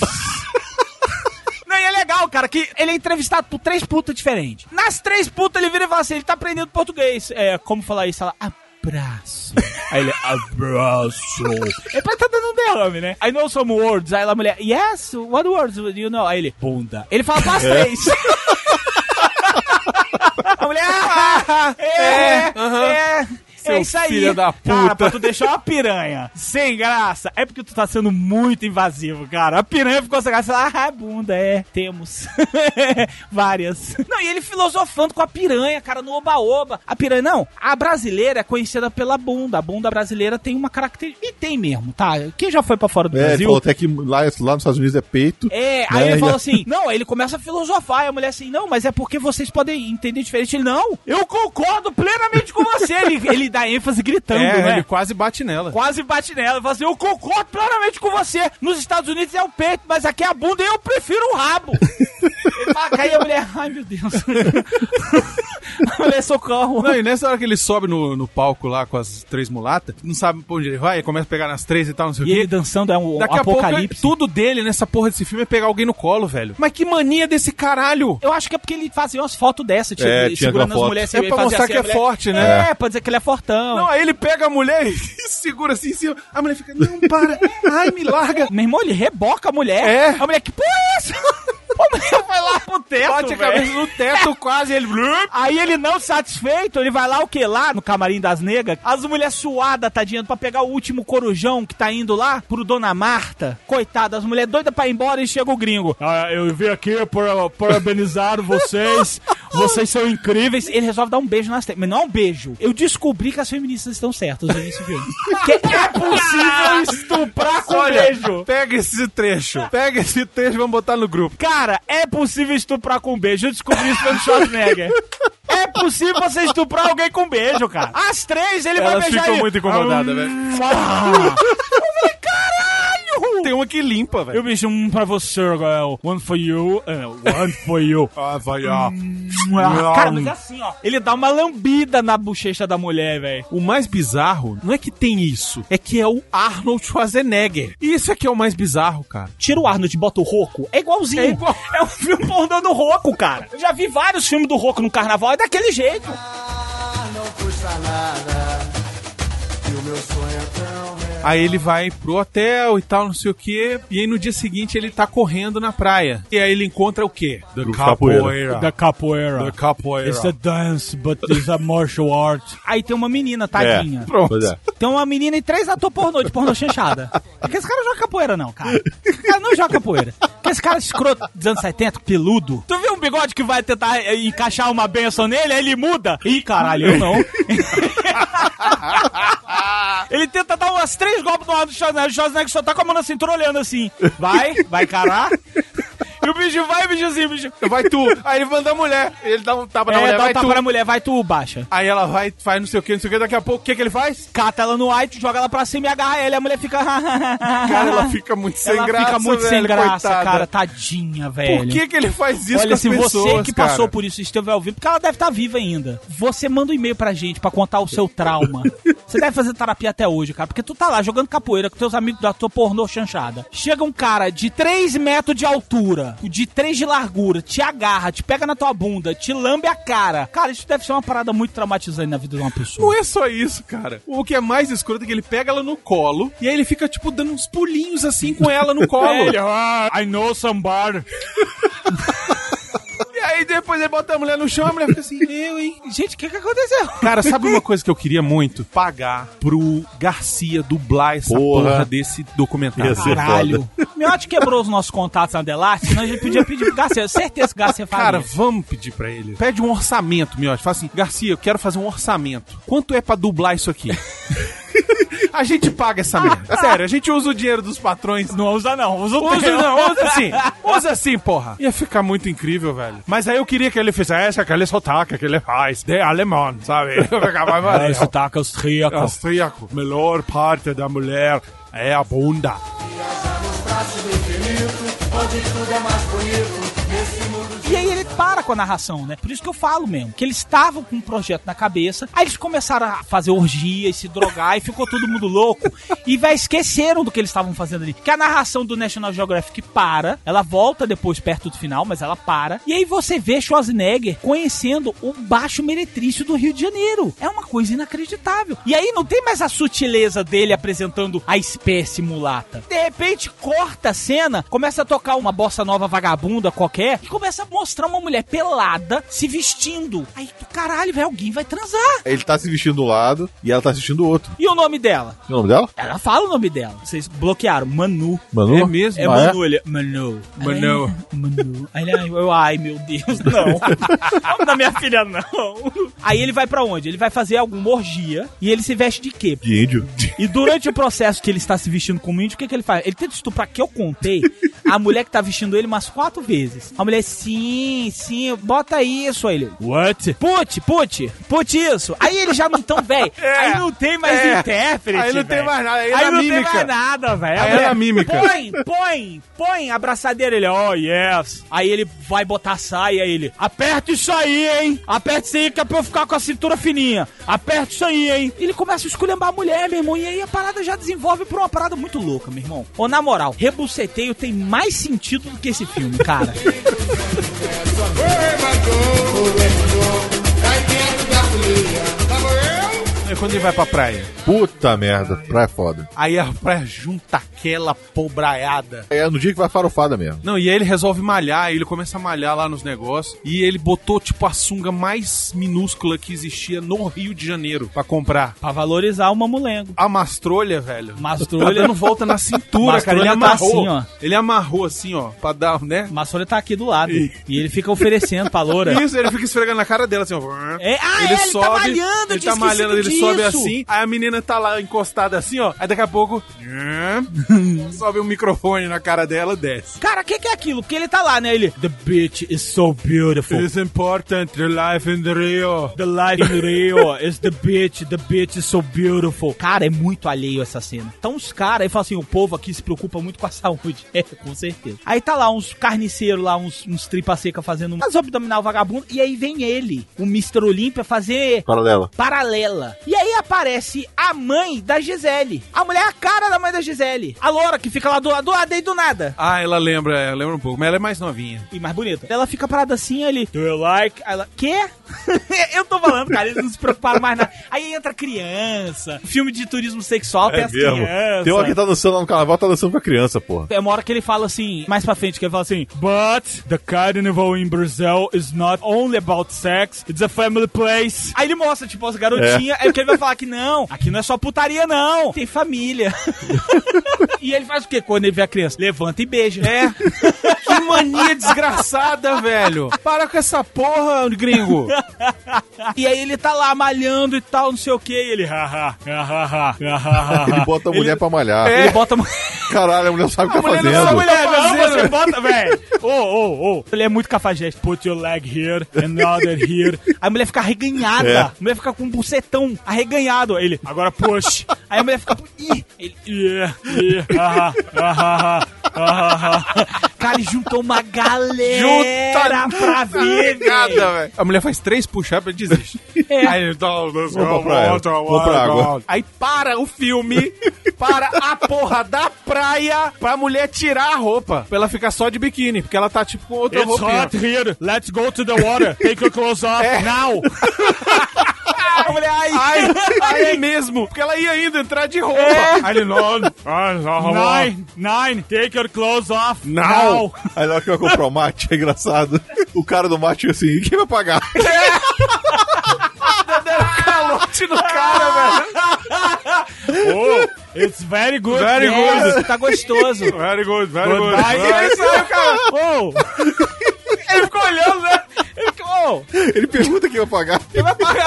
Não, e é legal, cara, que ele é entrevistado por três putas diferentes. Nas três putas ele vira e fala assim, ele tá aprendendo português. É, como falar isso? Ela, abraço. Aí ele, abraço. ele parece que tá dando um derrame, né? I know some words. Aí ela, mulher, yes, what words do you know? Aí ele, bunda. Ele fala pras três. A mulher, ah, é, é, é, é isso aí.
filho da puta.
Cara, pra tu deixar uma piranha sem graça, é porque tu tá sendo muito invasivo, cara. A piranha ficou sem graça. Ah, bunda, é. Temos. Várias. Não, e ele filosofando com a piranha, cara, no oba-oba. A piranha, não. A brasileira é conhecida pela bunda. A bunda brasileira tem uma característica. E tem mesmo, tá? Quem já foi pra fora do
É, ele
Brasil?
falou até que lá, lá nos Estados Unidos é peito.
É, aí
né?
ele falou
E-
assim, não, aí ele começa a filosofar, e a mulher assim, não, mas é porque vocês podem entender diferente. Ele, não, eu concordo plenamente com você. Ele, ele dá ênfase gritando,
É,
né?
ele quase bate nela.
Quase bate nela e fala assim, eu concordo plenamente com você. Nos Estados Unidos é o peito, mas aqui é a bunda e eu prefiro o rabo. Ele fala, Aí a mulher, ai meu Deus. a mulher, socorro.
Não, e nessa hora que ele sobe no, no palco lá com as três mulatas, não sabe pra onde ele vai, começa a pegar nas três e tal, não sei
E
o quê.
ele dançando é um
Daqui a
apocalipse.
pouco, tudo dele nessa porra desse filme é pegar alguém no colo, velho. Mas que mania desse caralho!
Eu acho que é porque ele fazia umas fotos dessa, tipo,
É,
ele
tinha
segurando
aquela
as
foto.
mulheres.
É
assim, ele
pra
fazia
mostrar
assim,
que
a
é forte, né?
É, pra dizer que ele é fortão.
Não, aí ele pega a mulher e segura assim em cima. A mulher fica, não, para. Ai, me larga.
Meu irmão, ele reboca a mulher.
É.
A mulher, que porra é essa? A mulher vai lá pro teto,
Bate a
velho.
cabeça no teto quase, ele...
Aí ele não satisfeito, ele vai lá o que? Lá no camarim das negras, as mulheres suadas, tadinha, pra pegar o último corujão que tá indo lá pro Dona Marta. Coitada, as mulheres doidas pra ir embora e chega o gringo. Ah, eu vim aqui para parabenizar vocês,
Um
vocês são incríveis. Ele resolve dar um beijo nas tetas, mas não é um beijo. Eu descobri que as feministas estão certas no início de hoje. Que é possível estuprar com
Olha,
beijo.
pega esse trecho. Pega esse trecho e vamos botar no grupo.
Cara, é possível estuprar com beijo. Eu descobri isso pelo Schwarzenegger. É possível você estuprar alguém com beijo, cara. Às três ele vai
Elas
beijar
ficam
ele.
muito incomodadas, velho.
Ah,
Tem uma que limpa, velho.
Eu beijo um pra você, Gael. One for you, eh, one for you.
Ah, vai, ó.
Cara, mas é assim, ó. Ele dá uma lambida na bochecha da mulher, velho.
O mais bizarro não é que tem isso, é que é o Arnold Schwarzenegger. Isso é que é o mais bizarro, cara.
Tira o Arnold e bota o Roco. É igualzinho.
É igual.
É um filme pornô do Roco, cara. Eu já vi vários filmes do Roco no carnaval. É daquele jeito.
Aí ele vai pro hotel e tal, não sei o quê. E aí no dia seguinte ele tá correndo na praia. E aí ele encontra o quê? The
capoeira.
The,
capoeira.
capoeira.
é dance, but it's a martial art. Aí tem uma menina, tadinha.
Pronto.
Pois é.
Tem uma menina e três atores pornô de pornô chanchada. Porque esse cara não joga capoeira, não, cara. Esse cara não joga capoeira. Porque esse cara é escroto dos anos 70, peludo. Tu viu um bigode que vai tentar eh, encaixar uma benção nele, aí ele muda? Ih, caralho, eu não. ele tenta dar umas três golpes no ar do Schwarzenegger. O Schwarzenegger só tá com a mão na cintura olhando assim. Vai, vai carar. E o bicho vai, o bicho assim, o bicho.
Vai tu. Aí ele manda a mulher. Ele dá um tapa na
É,
mulher,
dá um
vai
tapa
tu.
na mulher, vai tu, baixa.
Aí ela vai, faz não sei o quê, não sei o quê. Daqui a pouco, o que que ele faz?
Cata ela no white, joga ela pra cima e agarra ela. E a mulher fica.
Cara, ela fica muito sem
ela
graça,
fica muito
velho,
sem graça,
coitada.
cara. Tadinha, velho.
Por que que ele faz isso com
Olha,
as
se
pessoas,
você que passou
cara?
por isso e esteve ao vivo, porque ela deve estar viva ainda. Você manda um e-mail pra gente pra contar o seu trauma. você deve fazer terapia até hoje, cara, porque tu tá lá jogando capoeira com teus amigos da tua pornô chanchada. Chega um cara de 3 metros de altura, de 3 de largura, te agarra, te pega na tua bunda, te lambe a cara. Cara, isso deve ser uma parada muito traumatizante na vida de uma pessoa.
Não é só isso, cara. O que é mais escroto é que ele pega ela no colo e aí ele fica, tipo, dando uns pulinhos assim com ela no colo.
ah, I know somebody.
e aí depois ele bota a mulher no chão e a mulher fica assim, eu, hein?
Gente, o que, que aconteceu?
Cara, sabe uma coisa que eu queria muito? Pagar pro Garcia dublar essa porra,
Porra.
desse documentário.
Ia ser
Caralho. Miotti quebrou os nossos contatos na Delarte, senão a gente podia pedir pro Garcia. Certeza que o Garcia faria.
Cara, vamos pedir pra ele. Pede um orçamento, Miotti. Fala assim, Garcia, eu quero fazer um orçamento. Quanto é pra dublar isso aqui? a gente paga essa merda. Sério, a gente usa o dinheiro dos patrões
não usa não, usa o
Usa
teu.
não, usa assim. Usa assim, porra. Ia ficar muito incrível, velho. Mas aí eu queria que ele fizesse aquele sotaque que ele faz de alemão, sabe? Eu ficava
É,
mais
sotaque austríaco.
austríaco. Melhor parte da mulher é a bunda.
E aí ele para com a narração, né? Por isso que eu falo mesmo. Que eles estavam com um projeto na cabeça, aí eles começaram a fazer orgia e se drogar, e ficou todo mundo louco. E vai esqueceram do que eles estavam fazendo ali. Que a narração do National Geographic para, ela volta depois perto do final, mas ela para. E aí você vê Schwarzenegger conhecendo o baixo meretrício do Rio de Janeiro. É uma coisa inacreditável. E aí não tem mais a sutileza dele apresentando a espécie mulata. De repente corta a cena, começa a tocar uma bossa nova vagabunda qualquer, mulher e começa a mostrar uma mulher pelada se vestindo. Aí tu, caralho, velho, alguém vai transar.
Ele tá se vestindo de um lado e ela tá se vestindo do outro.
E o nome dela?
E o nome dela?
Ela fala o nome dela. Vocês bloquearam. Manu.
Manu?
É mesmo?
É
Ah, é?
Manu, ele. Manu.
Manu.
Ai, Manu. Aí ele, ai, eu, ai, meu Deus, não. Não da minha filha, não. Aí ele vai pra onde? Ele vai fazer alguma orgia e ele se veste de quê?
De índio.
E durante o processo que ele está se vestindo como índio, o que, que ele faz? Ele tenta estuprar, que eu contei, a mulher que tá vestindo ele umas quatro vezes. A mulher, sim, sim, bota isso. Aí ele, what? Put, put, put isso. Aí ele já não tão, velho, aí não tem mais intérprete,
É, Aí não tem
véi.
mais nada, aí
Aí,
é na
não
mímica.
tem mais nada, velho.
Aí é na mímica.
Põe, põe, põe, a abraçadeira, ele, oh, yes. Aí ele vai botar a saia, aí ele, aperta isso aí, hein. Aperta isso aí que é pra eu ficar com a cintura fininha. Aperta isso aí, hein. Ele começa a esculhambar a mulher, meu irmão, e aí a parada já desenvolve pra uma parada muito louca, meu irmão. Ô, na moral, Rebuceteio tem mais sentido do que esse filme, cara.
É quando ele vai pra praia.
Puta merda, praia é foda.
Aí a praia junta aquela pobraiada.
É no dia que vai farofada mesmo.
Não, e aí ele resolve malhar, ele começa a malhar lá nos negócios. E ele botou, tipo, a sunga mais minúscula que existia no Rio de Janeiro pra comprar.
pra valorizar o mamulengo.
A mastrolha, velho. Mastrolha
Mastrolha
não volta na cintura, cara.
Mastrolha
Ele
tá
amarrou.
assim, ó.
Ele amarrou assim, ó, pra dar, né?
Massolha tá aqui do lado.
Ih.
E ele fica oferecendo pra loura.
Isso, ele fica esfregando na cara dela assim, ó.
É, ah, é, ele tá malhando, eu
ele
tinha
tá malhando, ele
esquecido
sobe
disso.
assim, aí a menina tá lá encostada assim, ó. Aí daqui a pouco. sobe um microfone na cara dela, desce.
Cara, o que, que é aquilo? Porque ele tá lá, né? Ele. The bitch is so beautiful.
It's important, the life in the Rio.
é The light in Rio is the bitch, the bitch is so beautiful. Cara, é muito alheio essa cena. Então os caras, aí fala assim, o povo aqui se preocupa muito com a saúde. É, com certeza. Aí tá lá uns carniceiros lá, uns, uns tripa seca fazendo umas abdominal vagabundo, e aí vem ele, o Mr. Olímpia, fazer
Paralela.
paralela. E aí aparece a mãe da Gisele. A mulher é a cara da mãe da Gisele. A loura que fica lá do lado, do lado e do nada.
Ah, ela lembra, é, lembra um pouco, mas ela é mais novinha.
e mais bonita. Ela fica parada assim ali. Do you like? Ela. Quê? eu tô falando, cara, eles não se preocuparam mais nada. Aí entra criança. Filme de turismo sexual tem as crianças.
É Tem uma que tá dançando lá no carnaval, tá dançando com a criança, porra.
É uma hora que ele fala assim, mais pra frente, que ele fala assim: But the carnival in Brazil is not only about sex, it's a family place. Aí ele mostra, tipo, as
É.
garotinhas, aí que ele vai falar que não, aqui não é só putaria, não, tem família. e ele faz o quê quando ele vê a criança? Levanta e beija.
É. que mania desgraçada, velho. Para com essa porra, gringo.
E aí ele tá lá malhando e tal, não sei o que, e ele. haha, haha, haha,
Ele bota É. a mulher pra malhar.
Ah. Ele bota a mulher.
Caralho, a mulher não sabe o que tá
mulher não sabe
fazendo.
mulher,
Não,
meu
você bota, velho. Ô, ô, ô. Ele é muito cafajeste. Put your leg here, another here. Aí a mulher fica arreganhada.
É.
A mulher fica com um bucetão arreganhado. Aí Ele, agora push. Aí a mulher fica. Ih, ele. Yeah, yeah, ah, ah, ah, ah, ah. Cara, ele juntou uma galera
Junta-
pra ver, velho.
A mulher faz três push-ups e desiste. Aí ele dá um- let's
Vou
go,
pra praia.
outra,
Vou pra
outra,
água.
outra. Aí para o filme, para a porra da praia, pra mulher tirar a roupa. Pra ela ficar só de biquíni, porque ela tá tipo com outra
It's
roupinha.
hot here. Let's go to the water. Take your clothes off
É.
now.
tá,
A mulher, ai,
Ai, ai, é mesmo. Porque ela ia ainda entrar de roupa. Aí ele não. ah, não, não.
Nine, nine, take your clothes off
Now.
now.
Aí na hora que vai comprar o mate, é engraçado. O cara do mate assim, quem vai pagar?
Calote no cara, velho.
Oh, it's very good.
Very
Yes, Tá gostoso.
Very good, very good.
Aí ele saiu, cara. Oh. Ele ficou olhando, né? Ele ficou, oh,
Ele pergunta quem vai pagar.
ele vai pagar.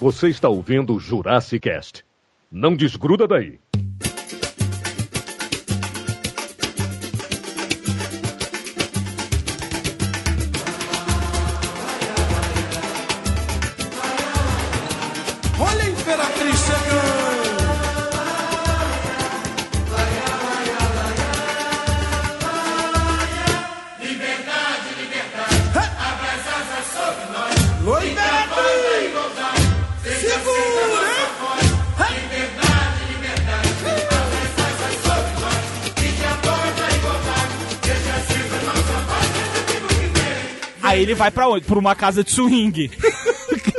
Você está ouvindo o Jurassic Cast. Não desgruda daí.
Imperatriz chegando.
Liberdade, liberdade. Abre as asas sobre nós.
Oi,
E
Beto.
trabalha a igualdade. Seja
Segura.
sempre nossa voz. Liberdade, liberdade. Abre as asas sobre nós. E trabalha a igualdade. Seja sempre nossa voz.
Aí ele vai pra onde? Pra uma casa de swing.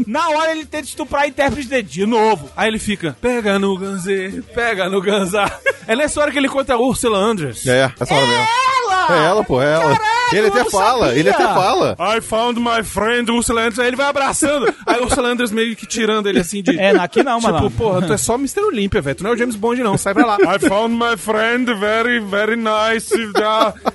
Na hora ele tenta estuprar a intérprete dele de novo.
Aí ele fica, pega no ganzê, pega no ganzá. É nessa hora que ele conta a Ursula Andress.
É, essa hora mesmo.
Ela!
É ela, pô, é ela. ele até fala, ele até fala.
I found my friend Ursula Andress. Aí ele vai abraçando. Aí o Ursula Andress meio que tirando ele assim de.
É, aqui não,
tipo,
malandro.
porra, tu é só Mr. Olympia, velho. Tu não é o James Bond, não. Sai pra lá. I found my friend very, very nice.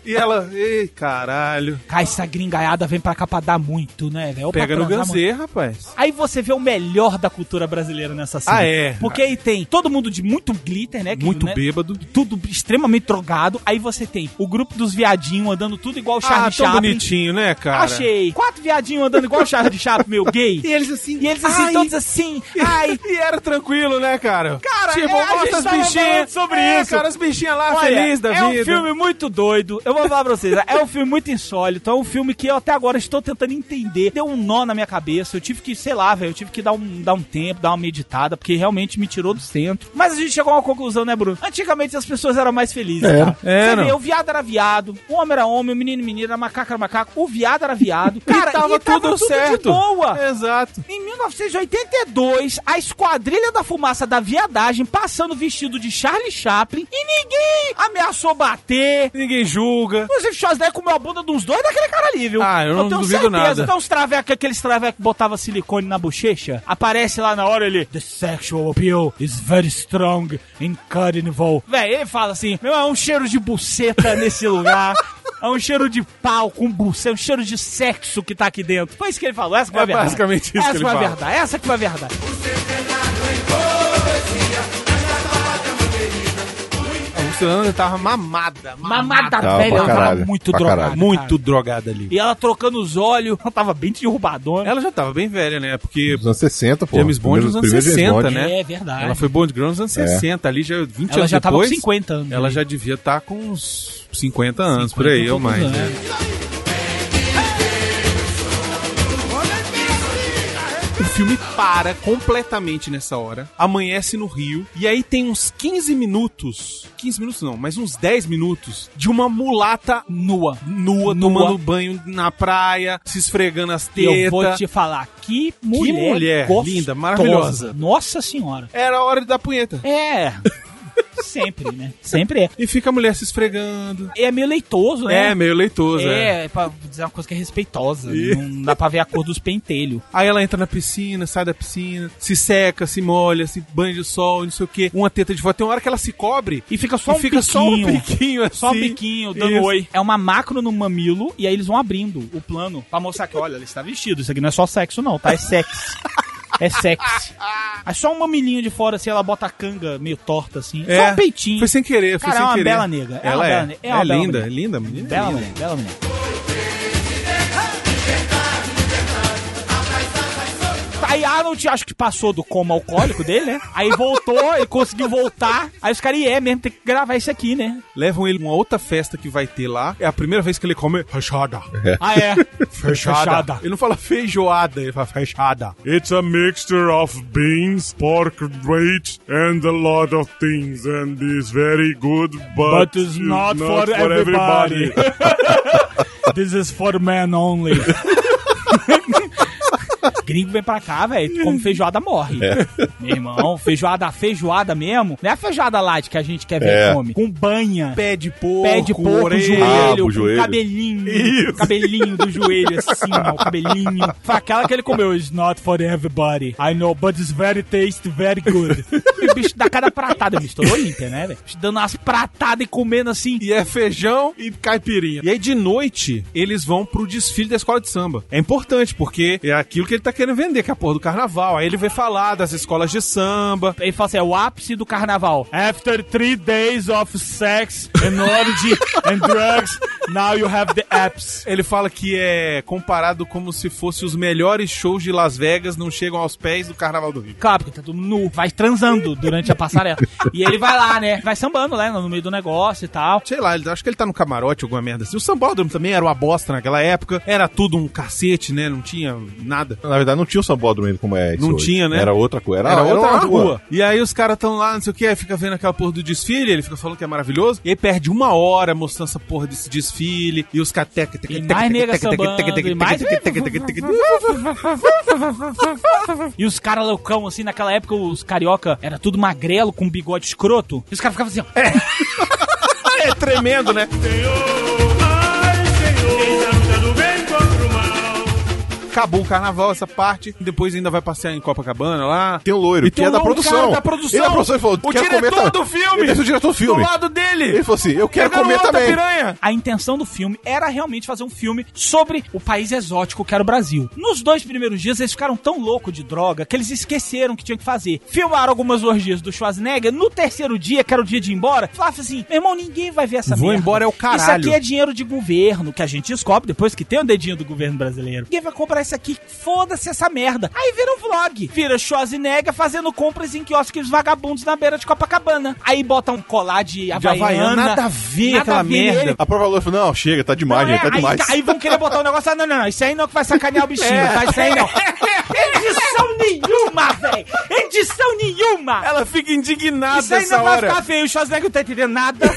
E ela, ei, caralho.
Cara, essa gringaiada vem pra cá pra dar muito, né, velho? Ou pra
Pega no
transar
ganzê,
muito.
rapaz.
Aí você vê o melhor da cultura brasileira nessa cena.
Ah, é?
Porque aí tem todo mundo de muito glitter, né? que-
Muito
né,
bêbado.
Tudo extremamente drogado. Aí você tem o grupo dos viadinhos andando tudo igual o Charlie
ah, tão
Chaplin.
bonitinho, né, cara?
Achei. Quatro viadinhos andando igual o Charlie Chaplin, meu gay. E eles assim. E eles assim,
ai.
todos assim. Ai.
E era tranquilo, né, cara?
Cara,
tipo,
é, a
mostra
gente tava
as
falando
bichinhas.
sobre
É,
isso.
Cara, as bichinhas lá,
Olha,
felizes da
é
vida.
um filme muito doido. Eu vou falar pra vocês. É um filme muito insólito. É um filme que eu até agora estou tentando entender. Deu um nó na minha cabeça. Eu tive que, sei lá, velho. Eu tive que dar um, dar um tempo, dar uma meditada, porque realmente me tirou do centro. Mas a gente chegou a uma conclusão, né, Bruno? Antigamente as pessoas eram mais felizes,
Era.
cara.
Era.
Você vê, o viado era viado, o homem era homem, o menino e menina, a macaca era macaco, o viado era viado. Cara,
tava tudo
de
certo.
boa.
Exato.
Em 1982, a Esquadrilha da Fumaça da Viadagem passando vestido de Charlie Chaplin e ninguém ameaçou bater.
Ninguém julga.
Inclusive, Schwarzenegger comeu a bunda de uns dois daquele cara ali, viu?
Ah, eu não
tenho certeza.
duvido nada.
Então, os travecos, aqueles travecos que botava silicone na bochecha, aparece lá na hora ele. The sexual appeal is very strong in carnival. Véi, ele fala assim: meu, é um cheiro de buceta nesse lugar. É um cheiro de pau com buceta, é um cheiro de sexo que tá aqui dentro. Foi isso que ele falou, essa que foi a
É
verdade.
basicamente isso que
essa
ele
foi a
fala.
verdade, essa que foi a verdade.
A Luciana tava mamada.
Mamada
Tá,
Tava
velha,
Tá pra
ela tava
caralho,
muito
pra
drogada.
caralho.
muito
Muito drogada ali.
E ela trocando os olhos, ela tava bem derrubadona.
Ela já tava bem velha, né? Porque
Dos anos 60, pô.
James Bond
Primeiro-
nos anos
primeiro James
60,
Bond.
né?
É verdade.
Ela foi Bond Girl nos anos
É.
60, ali já 20
Ela
anos
já tava com
depois.
50 anos.
Ela já devia estar com uns 50 anos, por aí, ou mais, né? O filme para completamente nessa hora, amanhece no Rio, e aí tem uns 15 minutos, 15 minutos não, mas uns 10 minutos, de uma mulata
Nua.
nua,
Nua.
tomando banho na praia, se esfregando as
E
tetas.
eu vou te falar, que mulher,
mulher
gostosa.
linda, maravilhosa.
Nossa senhora.
Era a hora da punheta.
É. Sempre, né? Sempre é.
E fica a mulher se esfregando.
E é meio leitoso, né?
É, meio leitoso. É.
É, pra dizer uma coisa que é respeitosa. Não dá pra ver a cor dos pentelhos.
Aí ela entra na piscina, sai da piscina, se seca, se molha, se banha de sol, não sei o quê. Uma teta de fora. Tem uma hora que ela se cobre
E fica só
e
um
fica
piquinho.
só um piquinho assim.
Só um biquinho, dando
Isso.
oi. É uma macro no mamilo, e aí eles vão abrindo o plano pra mostrar que, olha, ela está vestida. Isso aqui não é só sexo, não, tá? É sexo. É sexy. Aí só um mamilinho de fora, assim, ela bota a canga meio torta, assim.
É.
Só um peitinho.
Foi sem querer, foi
Cara,
sem
é uma
querer.
bela nega. É
Ela
uma
é,
bela nega. É uma bela
linda,
nega.
é linda, menina.
Bela
linda.
mulher, bela mulher. Aí Arnold acho que passou do coma alcoólico dele, né? Aí voltou e conseguiu voltar. Aí os caras, e é mesmo, tem que gravar isso aqui, né?
Levam ele a uma outra festa que vai ter lá. É a primeira vez que ele come fechada.
Ah, é.
Fechada. Ele não fala feijoada, ele fala fechada.
It's a mixture of beans, pork weight, and a lot of things, and it's very good, but,
But it's not for everybody. This is for men only. Gringo vem pra cá, velho. Como feijoada morre. Meu irmão, feijoada, feijoada mesmo. Não é a feijoada light que a gente quer ver
É.
come. Com banha.
Pé de porco,
Pé de porco, Ah,
Rabo,
joelho, com
joelho.
cabelinho, cabelinho do joelho, assim, ó, o cabelinho. Foi aquela que ele comeu, it's not for everybody, I know, but it's very tasty, very good. E o bicho dá cada pratada, ele estourou Inter, né, velho? Bicho Dando umas pratadas e comendo assim,
E é feijão e caipirinha. E aí, de noite, eles vão pro desfile da escola de samba. É importante, porque é aquilo que ele tá querendo vender, que é a porra do carnaval. Aí ele vem falar das escolas de samba.
Ele fala assim: é o ápice do carnaval. After three days of sex and orgy and drugs, now you have the apps.
Ele fala que é comparado como se fosse os melhores shows de Las Vegas não chegam aos pés do Carnaval do Rio.
Claro, porque tá todo mundo nu, vai transando durante a passarela. E ele vai lá, né? Vai sambando, né? No meio do negócio e tal.
Sei lá, ele- acho que ele tá no camarote, alguma merda assim. O Sambódromo também era uma bosta naquela época. Era tudo um cacete, né? Não tinha nada.
Na verdade, não tinha o sambódromo ainda como é isso
Não
hoje.
tinha, né?
Era outra coisa. Era,
Era, outra
uma
rua. E aí os caras estão lá, não sei o que, aí fica vendo aquela porra do desfile, ele fica falando que é maravilhoso, e aí perde uma hora mostrando essa porra desse desfile, e os caras...
E mais nega sambando, e mais... E os caras loucão, assim, naquela época os carioca era tudo magrelo, com bigode escroto. E os caras ficavam assim, ó.
É tremendo, né? Acabou o carnaval, essa parte. Depois ainda vai passear em Copacabana lá.
Tem o loiro,
E
que
tem
é da
lá um
produção.
cara da produção.
Ele é da produção, ele falou,
O
"Quero comer
diretor
também."
do filme. "Ah,
Ele deve ser o diretor do filme.
Do lado dele.
Ele falou assim, eu quero
Pegaram
comer
outra
também.
piranha.
A intenção do filme era realmente fazer um filme sobre o país exótico que era o Brasil. Nos dois primeiros dias, eles ficaram tão loucos de droga que eles esqueceram que tinha que fazer. Filmaram algumas orgias do Schwarzenegger. No terceiro dia, que era o dia de ir embora, falaram assim: meu irmão, ninguém vai ver essa
Vou
merda.
embora é o
Isso
caralho.
aqui é dinheiro de governo, que a gente descobre depois que tem o dedinho do governo brasileiro. Ninguém vai comprar isso aqui. Foda-se essa merda. Aí vira um vlog. Vira Schwarzenegger fazendo compras em quiosques vagabundos na beira de Copacabana. Aí bota um colar de havaiana.
nada a ver aquela merda.
ele-
A prova falou, falou, não, chega, tá demais,
Não,
gente, tá
é, aí,
demais.
aí vão querer botar um negócio. Ah, não, não, não. Isso aí não que vai sacanear o bichinho.
É.
Tá, isso aí não. Edição nenhuma, velho! Edição nenhuma!
Ela fica indignada
Isso aí
essa
não
é
vai
hora.
ficar feio. O Schwarzenegger não tá entendendo nada.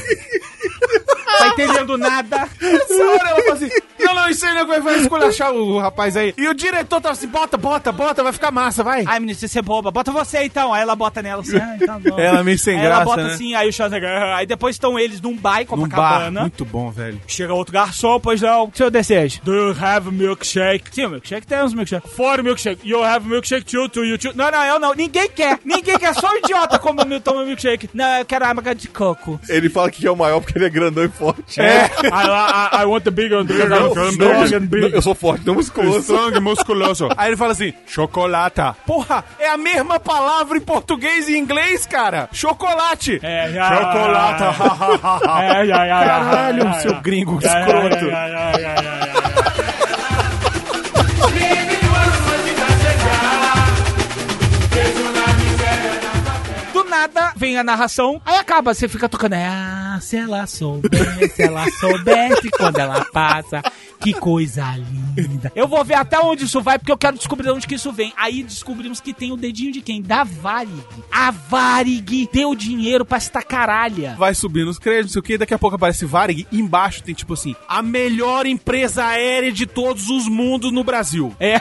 tá entendendo nada.
Essa hora ela fala assim, não, não, isso aí não vai, vai esculachar o rapaz aí. E o diretor tava assim, bota, bota, bota, vai ficar massa, vai.
Ai, menino, você é boba. Bota você então. Aí ela bota nela assim. Ah, então bom.
Ela é meio sem
aí
graça,
Ela bota
né?
assim, aí o Schwarzenegger. "Ah", Aí depois estão eles num bar em
Num bar,
Copacabana.
muito bom, velho.
Chega outro garçom, pois não. Seu desejo. Do you have milkshake? Sim, o milkshake tem uns milkshake. For milkshake. You have milkshake too, to you too. Não, não, eu não. Ninguém quer. Ninguém quer. Só um idiota como o toma milkshake. Não, eu quero água de coco.
Ele fala que é o maior porque ele é grandão e forte.
I, I, I want the big one.
Não, não, não, eu sou forte, não musculoso.
musculoso. Aí ele fala assim, chocolata. Porra, é a mesma palavra em português e inglês, cara. Chocolate.
É, já.
Chocolata.
É, já, já,
Caralho,
já, já,
seu
já.
gringo
é,
escroto.
Do nada vem a narração, aí acaba, você fica tocando. é, Ah, se ela soubesse, se ela soubesse quando ela passa, que coisa linda. Eu vou ver até onde isso vai, porque eu quero descobrir de onde que isso vem. Aí descobrimos que tem o dedinho de quem? Da Varig. A Varig deu dinheiro pra esta caralha.
Vai subindo os créditos, não sei o que, daqui a pouco aparece Varig, e embaixo tem tipo assim, a melhor empresa aérea de todos os mundos no Brasil.
É.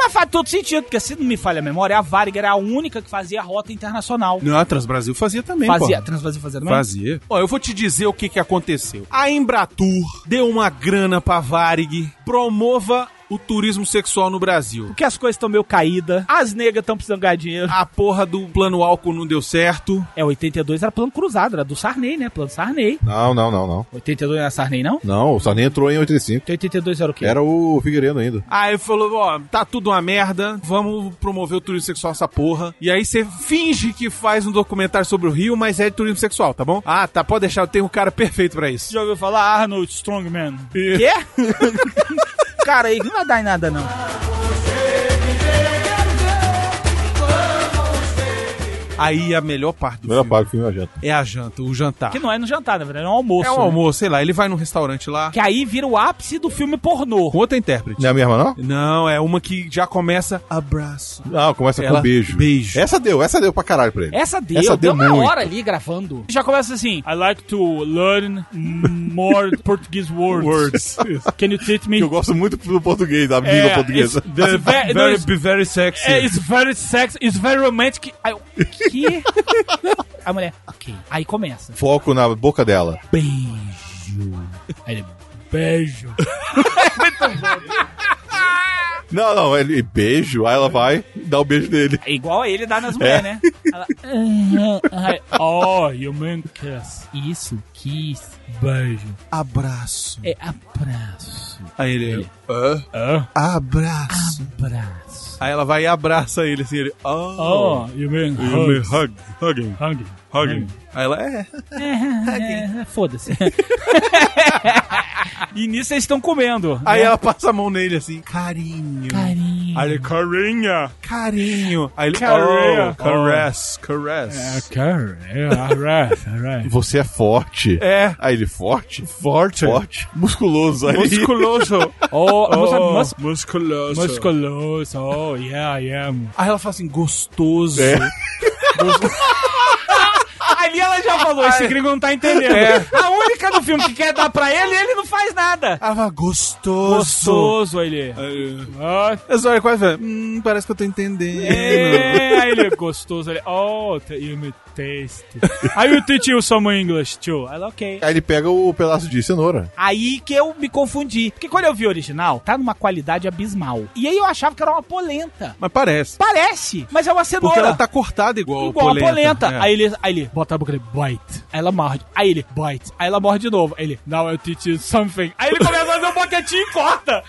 Mas faz todo sentido, porque se não me falha a memória, a Varig era a única que fazia a rota internacional.
Não, é a Transbrasil fazia também,
Fazia,
pô.
Transbrasil fazia também?
Fazia. né? Ó, eu vou te dizer o que, que aconteceu. A Embratur deu uma grana pra Varig, promova o turismo sexual no Brasil.
Porque as coisas estão meio caídas, as negras estão precisando ganhar dinheiro.
A porra do plano álcool não deu certo.
É, 82 era plano cruzado, era do Sarney, né? Plano Sarney.
Não, não, não, não.
82 era Sarney, não?
Não, o Sarney entrou em 85.
Então 82 era o quê?
Era o Figueiredo ainda.
Aí falou, ó, tá tudo uma merda, vamos promover o turismo sexual essa porra. E aí você finge que faz um documentário sobre o Rio, mas é de turismo sexual, tá bom? Ah, tá, pode deixar, eu tenho um cara perfeito pra isso.
já ouviu falar Arnold Strongman? Quê? Cara, aí não vai dar em nada, não.
Aí a melhor parte do
Primeira
filme
parte do filme é a janta.
é a janta, o jantar.
Que não é no jantar, na verdade, é um almoço.
É um
né?
almoço, sei lá, ele vai num restaurante lá
Que aí vira o ápice do filme pornô.
com outra intérprete.
Não é a mesma, não?
Não, é uma que já começa abraço.
Não, começa
Ela-
com beijo.
beijo.
Essa deu, essa deu pra caralho pra ele.
Essa deu,
Essa
deu
deu
uma
muito.
hora ali gravando. Já começa assim: I like to learn more Portuguese words. Can you teach me?
Que eu gosto muito do português, da língua
É,
portuguesa.
it's the ve- no, it's-
very sexy.
É, it's very sexy, it's very romantic. Aí, eu, que? A mulher, ok. Aí começa.
Foco na boca dela.
Beijo. Aí ele, beijo.
Não, não, ele beijo, aí ela vai dar o beijo dele.
É igual ele dá nas mulheres,
É.
né? Ela... oh, you mean kiss. Isso, kiss. Beijo.
Abraço.
É abraço.
Aí ele. Hã?
Abraço.
Abraço.
Aí ela vai e abraça ele assim, ele. Oh,
Oh, you mean
you mean
hugs.
hug, hugging.
Hugging.
Hugging. Aí ela é.
É, é, Foda-se. e nisso eles estão comendo.
Aí
né?
ela passa a mão nele assim, carinho.
Carinho.
Aí ele, carinha. Carinho. Aí ele,
Carinha.
oh, caress, caress.
É,
Você é forte.
É.
Aí ele, forte?
Forte.
Forte. Musculoso. Aí ele-
Musculoso.
Oh,
Oh,
mus-
musculoso.
Musculoso. Oh, yeah, I am.
Aí ela fala assim, gostoso.
É. Ali ela já falou, esse
Ai.
gringo não tá entendendo.
É.
A única do filme que quer dar pra ele, ele não faz nada.
Ela fala, gostoso.
Gostoso, ele. Ah,
Eu só olho quase e falo, hum, parece que eu tô entendendo.
É, aí ele gostoso ele. Oh, t- you me taste. Are you teaching some English too? Ela, ok.
Aí ele pega o pedaço de cenoura.
Aí que eu me confundi. Porque quando eu vi o original, tá numa qualidade abismal. E aí eu achava que era uma polenta.
Mas parece.
Parece, mas é uma cenoura.
Porque ela tá cortada igual,
Igual
a
a
polenta.
polenta.
É.
Aí, ele, aí ele bota a boca ele bite. Aí ela morde. Aí ele bite. Aí ela morde de novo. Aí ele, now I teach you something. Aí ele começa a fazer um boquetinho e corta.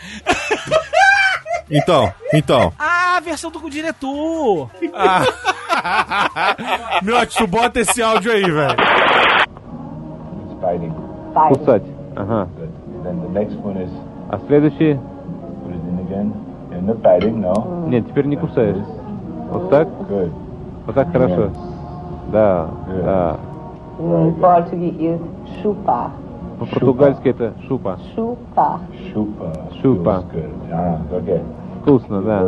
Então, então.
Ah, a versão do diretor.
Miotti, tu bota esse áudio aí, velho.
It's biting.
Uh-huh.
Good. Then the next one is
А следующий... Mm.
put it in again. You're not biting, no?
Нет, теперь не кусаешь. Вот так?
Good.
Вот так хорошо. Да, да.
Em português, chupar.
По-португальски это шупа.
Chupar.
Chupa.
Шупа.
Ah, okay.
Вкусно, да.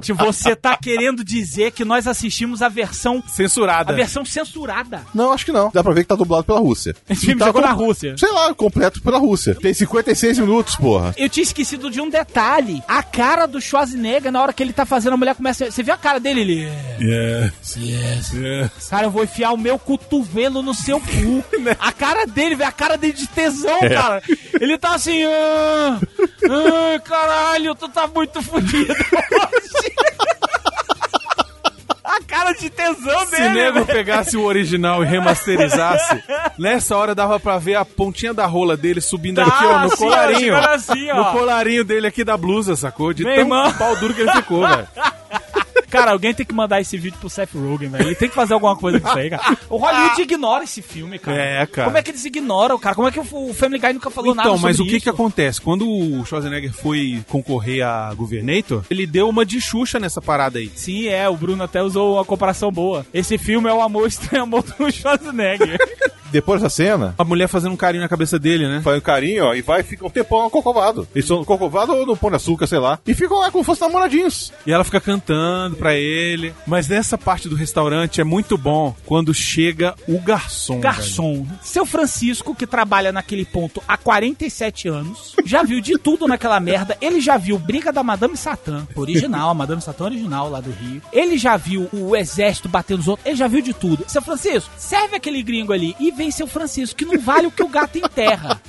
Se você tá querendo dizer que nós assistimos a versão
censurada.
A versão censurada.
É. Não, acho que não. Dá pra ver que tá dublado pela Rússia.
Esse filme
tá
chegou
com-
na Rússia.
Sei lá, completo pela Rússia. Tem 56 minutos, porra.
Eu tinha esquecido de um detalhe. A cara do Schwarzenegger, na hora que ele tá fazendo, a mulher começa. Você viu a cara dele? Ele.
Yes,
yes,
É.
Cara, eu vou enfiar o meu cotovelo no seu cu. A cara dele, velho, a cara dele de tesão,
É.
cara. Ele tá assim. Ah, ah, caralho, tu tá muito fudido hoje." A cara de tesão
Se
dele.
nego
velho.
pegasse o original e remasterizasse, nessa hora dava pra ver a pontinha da rola dele subindo
Dá,
aqui, ó, no
assim, ó,
colarinho.
chegando assim, ó.
No colarinho dele aqui da blusa, sacou? De
Meu
tão
irmão.
pau duro que ele ficou, velho.
Cara, alguém tem que mandar esse vídeo pro Seth Rogen, velho. Ele tem que fazer alguma coisa com isso aí, cara. O Hollywood ignora esse filme, cara.
É, cara.
Como Ah. é que eles ignoram, cara? Como é que o Family Guy nunca falou nada
Então, mas o
sobre
que
isso?
que acontece? Quando o Schwarzenegger foi concorrer a Governator, ele deu uma de Xuxa nessa parada aí.
Sim, é, o Bruno até usou uma comparação boa. Esse filme é o amor estranho amor do Schwarzenegger.
Depois dessa cena.
A mulher fazendo um carinho na cabeça dele, né?
Faz um carinho, ó, e vai e fica um tempão cocovado. Eles estão no cocovado ou no pão de açúcar, sei lá. E ficam lá como se fossem namoradinhos.
E ela fica cantando pra ele. Mas nessa parte do restaurante é muito bom quando chega o garçom.
Garçom. Seu Francisco, que trabalha naquele ponto há 47 anos, já viu de tudo naquela merda. Ele já viu Briga da Madame Satã, original, a Madame Satã original lá do Rio. Ele já viu o exército batendo nos outros, ele já viu de tudo. Seu Francisco, serve aquele gringo ali e vem seu Francisco, que não vale o que o gato enterra.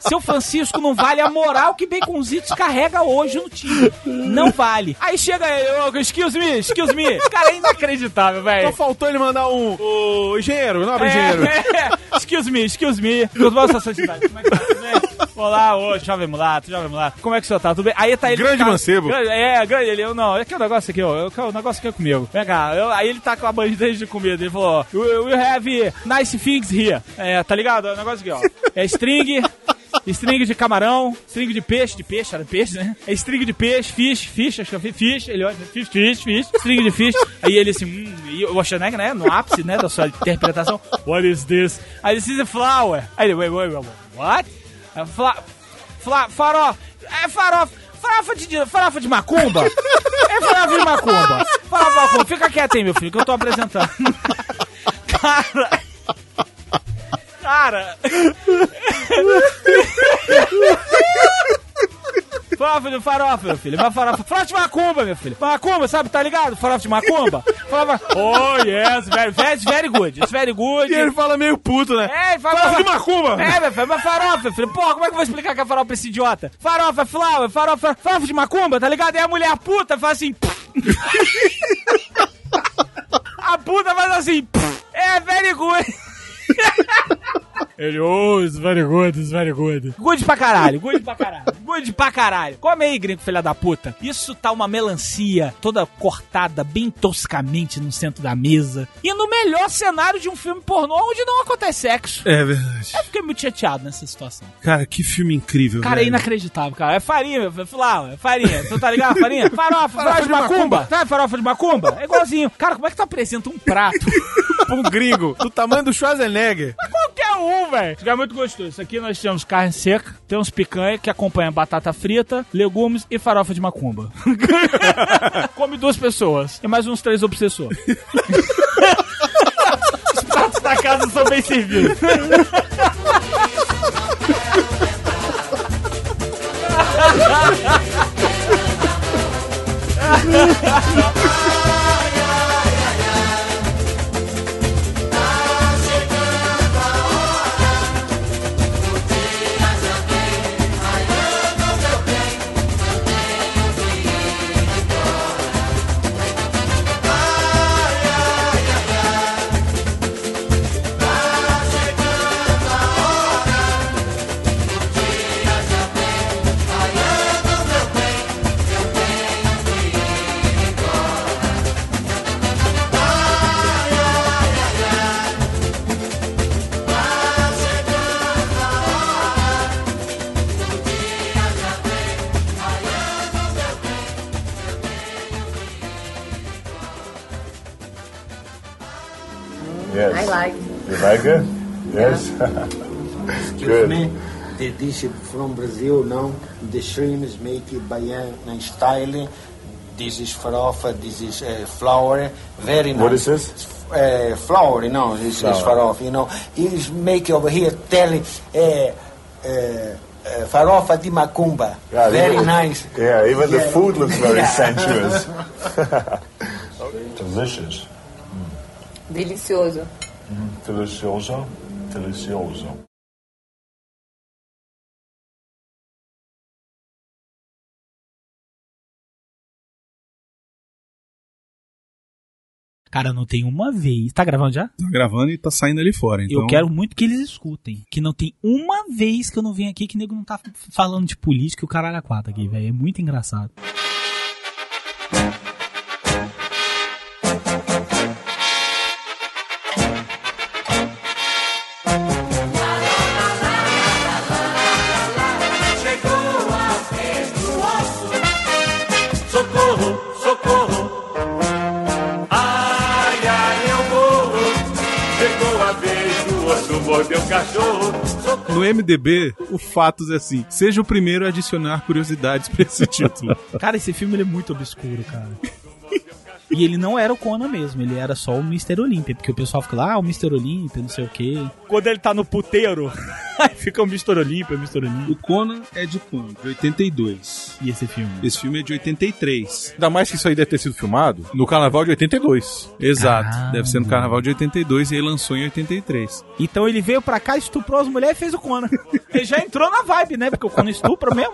Seu Francisco não vale a moral que Baconzitos carrega hoje no time. Não vale. Aí chega ele, ô, excuse me, excuse me. Esse cara é inacreditável, velho.
Só faltou ele mandar um. Ô, engenheiro, nobre
É,
engenheiro.
é. Excuse me, excuse me. Os meus sociedade. Como é que tá? Tudo bem? Olá, ô, jovem mulato, jovem mulato. Como é que o senhor tá? Tudo bem? Aí tá ele.
Grande
cara,
mancebo.
grande- é, grande. Ele, eu não, é que o negócio aqui, ó. é O negócio aqui é comigo. Vem cá. eu- aí ele tá com a bandeja de comida. Ele falou, ó, we we have nice things here. É, tá ligado? É o negócio aqui, ó. É string. String de camarão, string de peixe, de peixe, era peixe, né? É string de peixe, fish, fish, acho que eu fiz fish, ele olha, fish, fish, fish, string de fish. Aí ele assim, hum, e o Schwarzenegger, né, no ápice, né, da sua interpretação, what is this? Aí ele diz, flower. Aí ele, wait, wait, wait, what? Aí, Fla, fla, farofa, é farofa, farofa de, de- farofa de macumba? É farofa de macumba, farofa de macumba, fica quieto aí, meu filho, que eu tô apresentando. Cara... Cara! farofa, meu, farofa, meu filho. Vai farofa. Farofa de macumba, meu filho. Macumba, sabe, tá ligado? Farofa de macumba. Falava, oh yes, very, very, very good. It's very good.
E ele fala meio puto, né?
É, ele fala.
Farofa de macumba!
É, meu filho, mas farofa, meu filho. Porra, como é que eu vou explicar que é farofa pra esse idiota? Farofa, é flower, farofa, farofa de macumba, tá ligado? E a mulher puta faz assim. a puta faz assim. É, very good. Ele, oh, it's very good, it's very good. Good pra caralho, good pra caralho, good pra caralho. Come aí, gringo, filha da puta. Isso tá uma melancia toda cortada bem toscamente no centro da mesa. E no melhor cenário de um filme pornô onde não acontece sexo.
É verdade.
Eu fiquei muito chateado nessa situação.
Cara, que filme incrível,
Cara, é
velho.
inacreditável, cara. É farinha, meu filho. Flau, é farinha. Você tá ligado? Farinha? Farofa, farofa, de macumba. Sabe farofa de macumba? É igualzinho. Cara, como é que tu apresenta um prato
pra um gringo do tamanho do Schwarzenegger?
Qualquer um, velho. Isso é muito gostoso. Isso aqui nós temos carne seca, temos picanha que acompanha batata frita, legumes e farofa de macumba. Come duas pessoas e mais uns três obsessores. Os pratos da casa são bem servidos.
Yes.
I like.
You like it? Yes.
Excuse
Good.
me, the dish from Brazil now, the shrimps make it by uh, style. This is farofa, this is uh, flour, very nice.
What is this?
Uh, flour, you know, this is
Flour.
farofa, you know. It is make over here, tell uh, uh, uh, farofa di macumba,
Yeah,
very
Ah, even-
nice.
Yeah, even the
Yeah.
food looks very
Yeah.
sensuous. Delicious.
Delicioso.
Mm, Delicioso. Delicioso.
Cara, não tem uma vez. Tá gravando já?
Tá gravando e tá saindo ali fora, então.
Eu quero muito que eles escutem. Que não tem uma vez que eu não venho aqui que o nego não tá falando de política e o caralho a quatro aqui, velho. É muito engraçado.
Chegou a vez do osso. Socorro, socorro. Ai, ai, eu morro. Chegou a vez do osso morder o cachorro.
No MDB, o Fatos é assim: seja o primeiro a adicionar curiosidades pra esse título.
Cara, esse filme ele é muito obscuro, cara. E ele não era o Conan mesmo, ele era só o Mr. Olympia, porque o pessoal fica lá, ah, o Mr. Olympia, não sei o quê. Quando ele tá no puteiro, aí fica o Mr. Olympia, o Mr. Olympia.
O Conan é de quando? De 82.
E esse filme?
Esse filme é de 83.
Ainda mais que isso aí deve ter sido filmado no carnaval de 82.
Exato. Deve ser no carnaval de 82 e ele lançou em 83.
Então ele veio pra cá, estuprou as mulheres e fez o Conan. Ele já entrou na vibe, né? Porque o Conan estupra mesmo.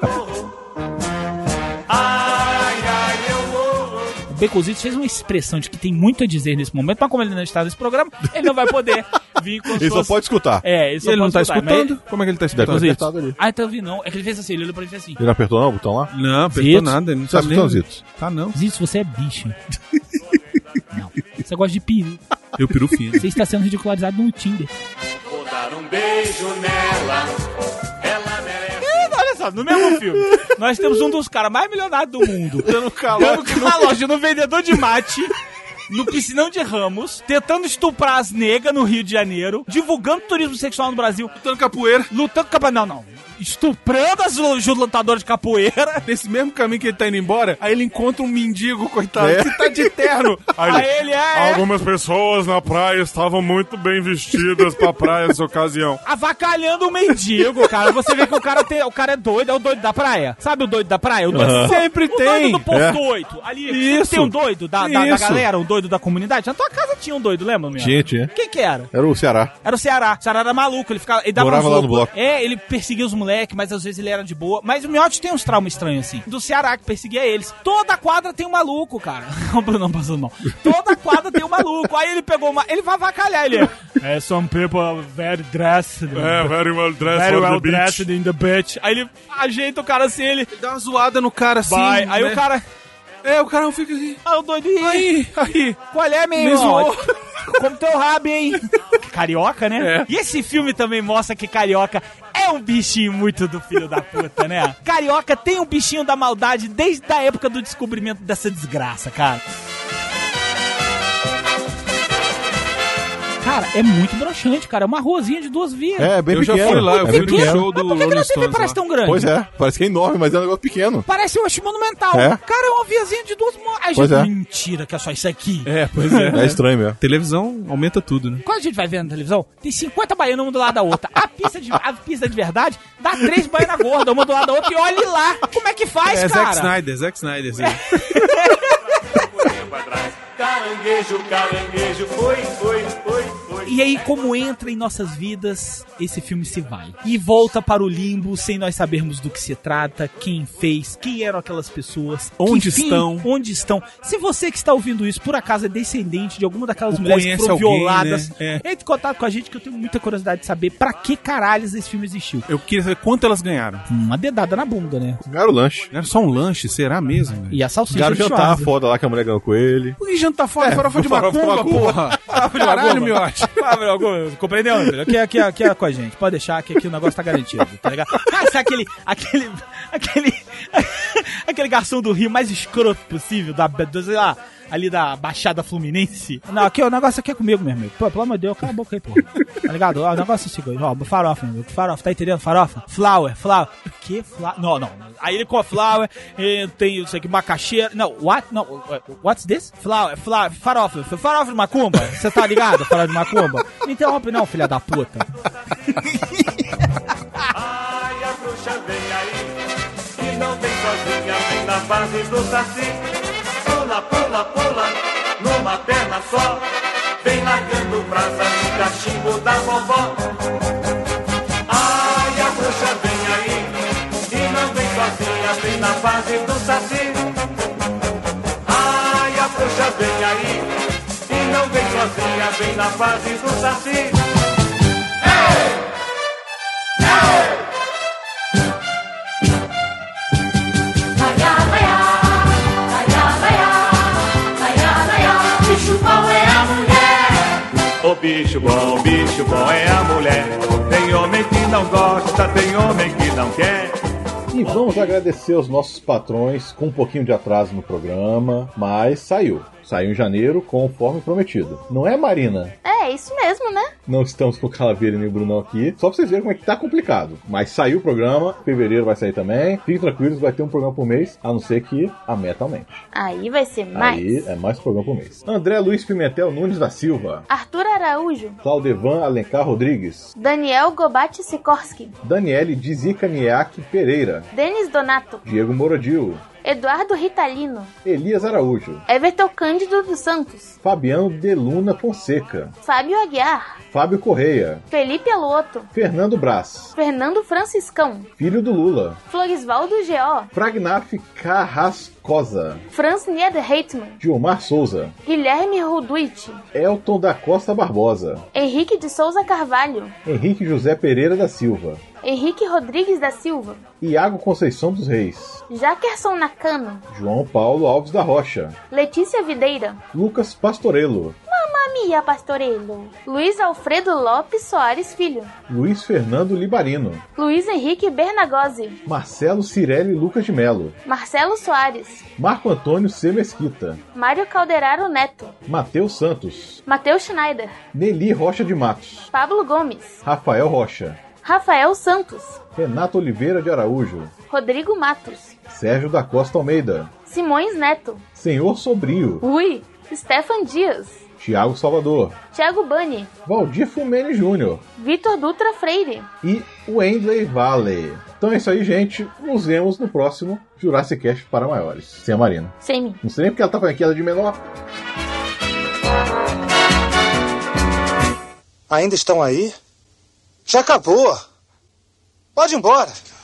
O Becozito fez uma expressão de que tem muito a dizer nesse momento, mas como ele não está nesse programa, ele não vai poder vir com
Ele só
suas-
pode escutar.
É, ele só
E ele
pode
não tá
escutar, mas
escutando? Como é que ele tá escutando?
Becozito.
Deve ter apertado ali.
Ah, então eu vi não. É que ele fez assim, ele olhou pra mim e fez assim.
Ele não apertou não o botão lá?
Não, apertou
Zitos.
nada, ele não
Tá
sabe nem.
apertando, Zitos?
Tá não.
Zitos, você é bicho. não. Você gosta de peru.
Eu peru fino.
Você está sendo ridicularizado no Tinder.
Vou dar um beijo nela. Ela merece.
Ih, Olha só, no mesmo filme, nós temos um dos caras mais milionários do mundo.
Dando
Dando calote no vendedor de mate. no piscinão de Ramos, tentando estuprar as negras no Rio de Janeiro, divulgando turismo sexual no Brasil.
Lutando capoeira.
Lutando capoeira. Não, não. Estuprando as lu- ju- lutadoras de capoeira.
Nesse mesmo caminho que ele tá indo embora, aí ele encontra um mendigo, coitado, que tá de terno.
Aí, ele é.
Algumas pessoas na praia estavam muito bem vestidas pra praia nessa ocasião.
Avacalhando o mendigo, cara. Você vê que o cara, tem, o cara é doido, é o doido da praia. Sabe o doido da praia? O doido,
Aham. Sempre
o
tem.
doido do posto
É.
8. Ali sempre
Isso.
tem um doido da, da, da
Isso.
galera, um doido da comunidade. Na tua casa tinha um doido, lembra, meu?
Tinha, tinha.
Quem que era?
é. Era o Ceará.
Era o Ceará. O Ceará era maluco, ele ficava. Ele dava
Morava
uns
lá no
loucos.
bloco.
É, ele perseguia os moleques, mas às vezes ele era de boa. Mas o Miotti tem uns traumas estranhos, assim. Do Ceará que perseguia eles. Toda quadra tem um maluco, cara. o Bruno não passou mal. Toda quadra tem um maluco. Aí ele pegou uma. Ele vai avacalhar, ele. É, some people very dressed.
É, very well dressed
Very
on the
well
beach.
dressed in the beach. Aí ele ajeita o cara assim, ele.
Dá uma zoada no cara assim.
Vai. Aí
né?
o cara.
É, o cara fica assim.
Ah, o doidinho.
Aí, aí.
Qual é, meu
Me
irmão?
zoou.
Como teu rabo, hein? Carioca, né? E esse filme também mostra que carioca é um bichinho muito do filho da puta, né? Carioca tem um bichinho da maldade desde a época do descobrimento dessa desgraça, cara. Cara, é muito broxante, cara. É uma ruazinha de duas vias.
É, bem
Eu já
pequeno.
fui lá, eu
é
fui
bem
no
pequeno.
Por
show do
que, que
Rolling
na TV
Stones
parece
lá.
tão grande?
Pois é, parece que é enorme, mas é um negócio pequeno.
Parece um Oeste Monumental.
É.
Cara, é uma viazinha de duas... mo- Ai,
Pois
gente,
é.
Mentira que é só isso aqui.
É, pois é.
É estranho mesmo.
Televisão aumenta tudo, né?
Quando a gente vai vendo na televisão, tem 50 baianas uma do lado da outra. A pista de, a pista de verdade dá três baianas gordas, uma do lado da outra, e olhe lá como é que faz,
é Zack
cara.
Snyder, Zack Snyder. assim. sim.
Caranguejo, caranguejo, foi, foi, foi, foi.
E aí, como entra em nossas vidas, esse filme se vai. E volta para o limbo sem nós sabermos do que se trata, quem fez, quem eram aquelas pessoas,
Onde
que fim,
estão.
onde estão. Se você que está ouvindo isso, por acaso é descendente de alguma daquelas
Ou
mulheres que
conhece
foram
alguém,
violadas,
né?
entre em contato com a gente que eu tenho muita curiosidade de saber pra que caralhos esse filme existiu.
Eu queria saber quanto elas ganharam.
Uma dedada na bunda, né?
Não era o lanche.
Era só um lanche, será mesmo? velho?
E a salsicha
Garoto
de
jantar
Schwarzenegger.
foda lá que a mulher ganhou com ele.
Por que jantar fora? farofa de
farofa de
macumba,
macumba.
porra! Caralho, miote!
Fábio, algum- compreendeu, André? Aqui, aqui, aqui é com a gente. Pode deixar que aqui o negócio tá garantido, tá ligado? Cara, isso é aquele, aquele, aquele, aquele garçom do Rio mais escroto possível, da, do, sei lá, ali da Baixada Fluminense. Não, aqui o negócio aqui é comigo, meu amigo. Pô, pelo amor de Deus, cala a boca aí, porra. Tá ligado? Ó, O negócio é o seguinte, ó, farofa, meu amigo, farofa, tá entendendo? Farofa, flower, flower. Que flower? Não, não. Aí ele com a flower, eh, tem isso aqui, macaxeira. Não, what? Não, what- what's this? Flower, flower, farofa, farofa de macumba. Você tá ligado, farofa de macumba? Não interrompe não, filha da puta.
Ai, a bruxa vem aí, que não vem sozinha, vem na base do saci. Pula, pula, pula, numa perna só, vem largando brasa no cachimbo da vovó. Ai, a bruxa vem aí, e não vem sozinha, vem na base do saci. Ai, a bruxa vem aí, e não vem sozinha, vem na base do saci.
Bicho pau é a mulher.
O bicho bom, o bicho bom é a mulher. Tem homem que não gosta, tem homem que não quer.
E vamos agradecer aos nossos patrões com um pouquinho de atraso no programa, mas saiu. Saiu em janeiro, conforme prometido. Não é, Marina?
É, isso mesmo, né?
Não estamos com o Calaveira nem o Brunão aqui. Só pra vocês verem como é que tá complicado. Mas saiu o programa, fevereiro vai sair também. Fiquem tranquilos, vai ter um programa por mês, a não ser que a meta aumente.
Aí vai ser mais.
Aí é mais programa por mês. André Luiz Pimentel Nunes da Silva.
Arthur Araújo,
Claudevan Alencar Rodrigues.
Daniel Gobate Sikorski,
Daniele Dizica Niak Pereira.
Denis Donato,
Diego Morodil.
Eduardo Ritalino,
Elias Araújo.
Everton Cândido dos Santos,
Fabiano de Luna Fonseca.
Fábio Aguiar,
Fábio Correia.
Felipe Aluoto,
Fernando Brás.
Fernando Franciscão,
Filho do Lula.
Florisvaldo Geó,
Pragnaf Carrascosa.
Franz Niederreitmann,
Gilmar Souza.
Guilherme Ruduit,
Elton da Costa Barbosa.
Henrique de Souza Carvalho,
Henrique José Pereira da Silva.
Henrique Rodrigues da Silva,
Iago Conceição dos Reis.
Jaquerson Nakano,
João Paulo Alves da Rocha.
Letícia Videira,
Lucas Pastorello.
Mamma Maria Pastorello. Luiz Alfredo Lopes Soares Filho.
Luiz Fernando Libarino.
Luiz Henrique Bernagozzi.
Marcelo Cirelli Lucas de Melo.
Marcelo Soares.
Marco Antônio C. Mesquita.
Mário Calderaro Neto.
Matheus Santos.
Matheus Schneider.
Nelly Rocha de Matos.
Pablo Gomes.
Rafael Rocha.
Rafael Santos.
Renato Oliveira de Araújo.
Rodrigo Matos.
Sérgio da Costa Almeida.
Simões Neto.
Senhor Sobrinho.
Ui. Stefan Dias.
Tiago Salvador.
Thiago Bani.
Valdir Fumene Júnior.
Vitor Dutra Freire.
E Wendley Valley. Então é isso aí, gente. Nos vemos no próximo Jurassic Cast para maiores. Sem a Marina.
Sem mim.
Não sei nem porque ela tá falando aqui, ela é de menor.
Ainda estão aí? Já acabou. Pode ir embora.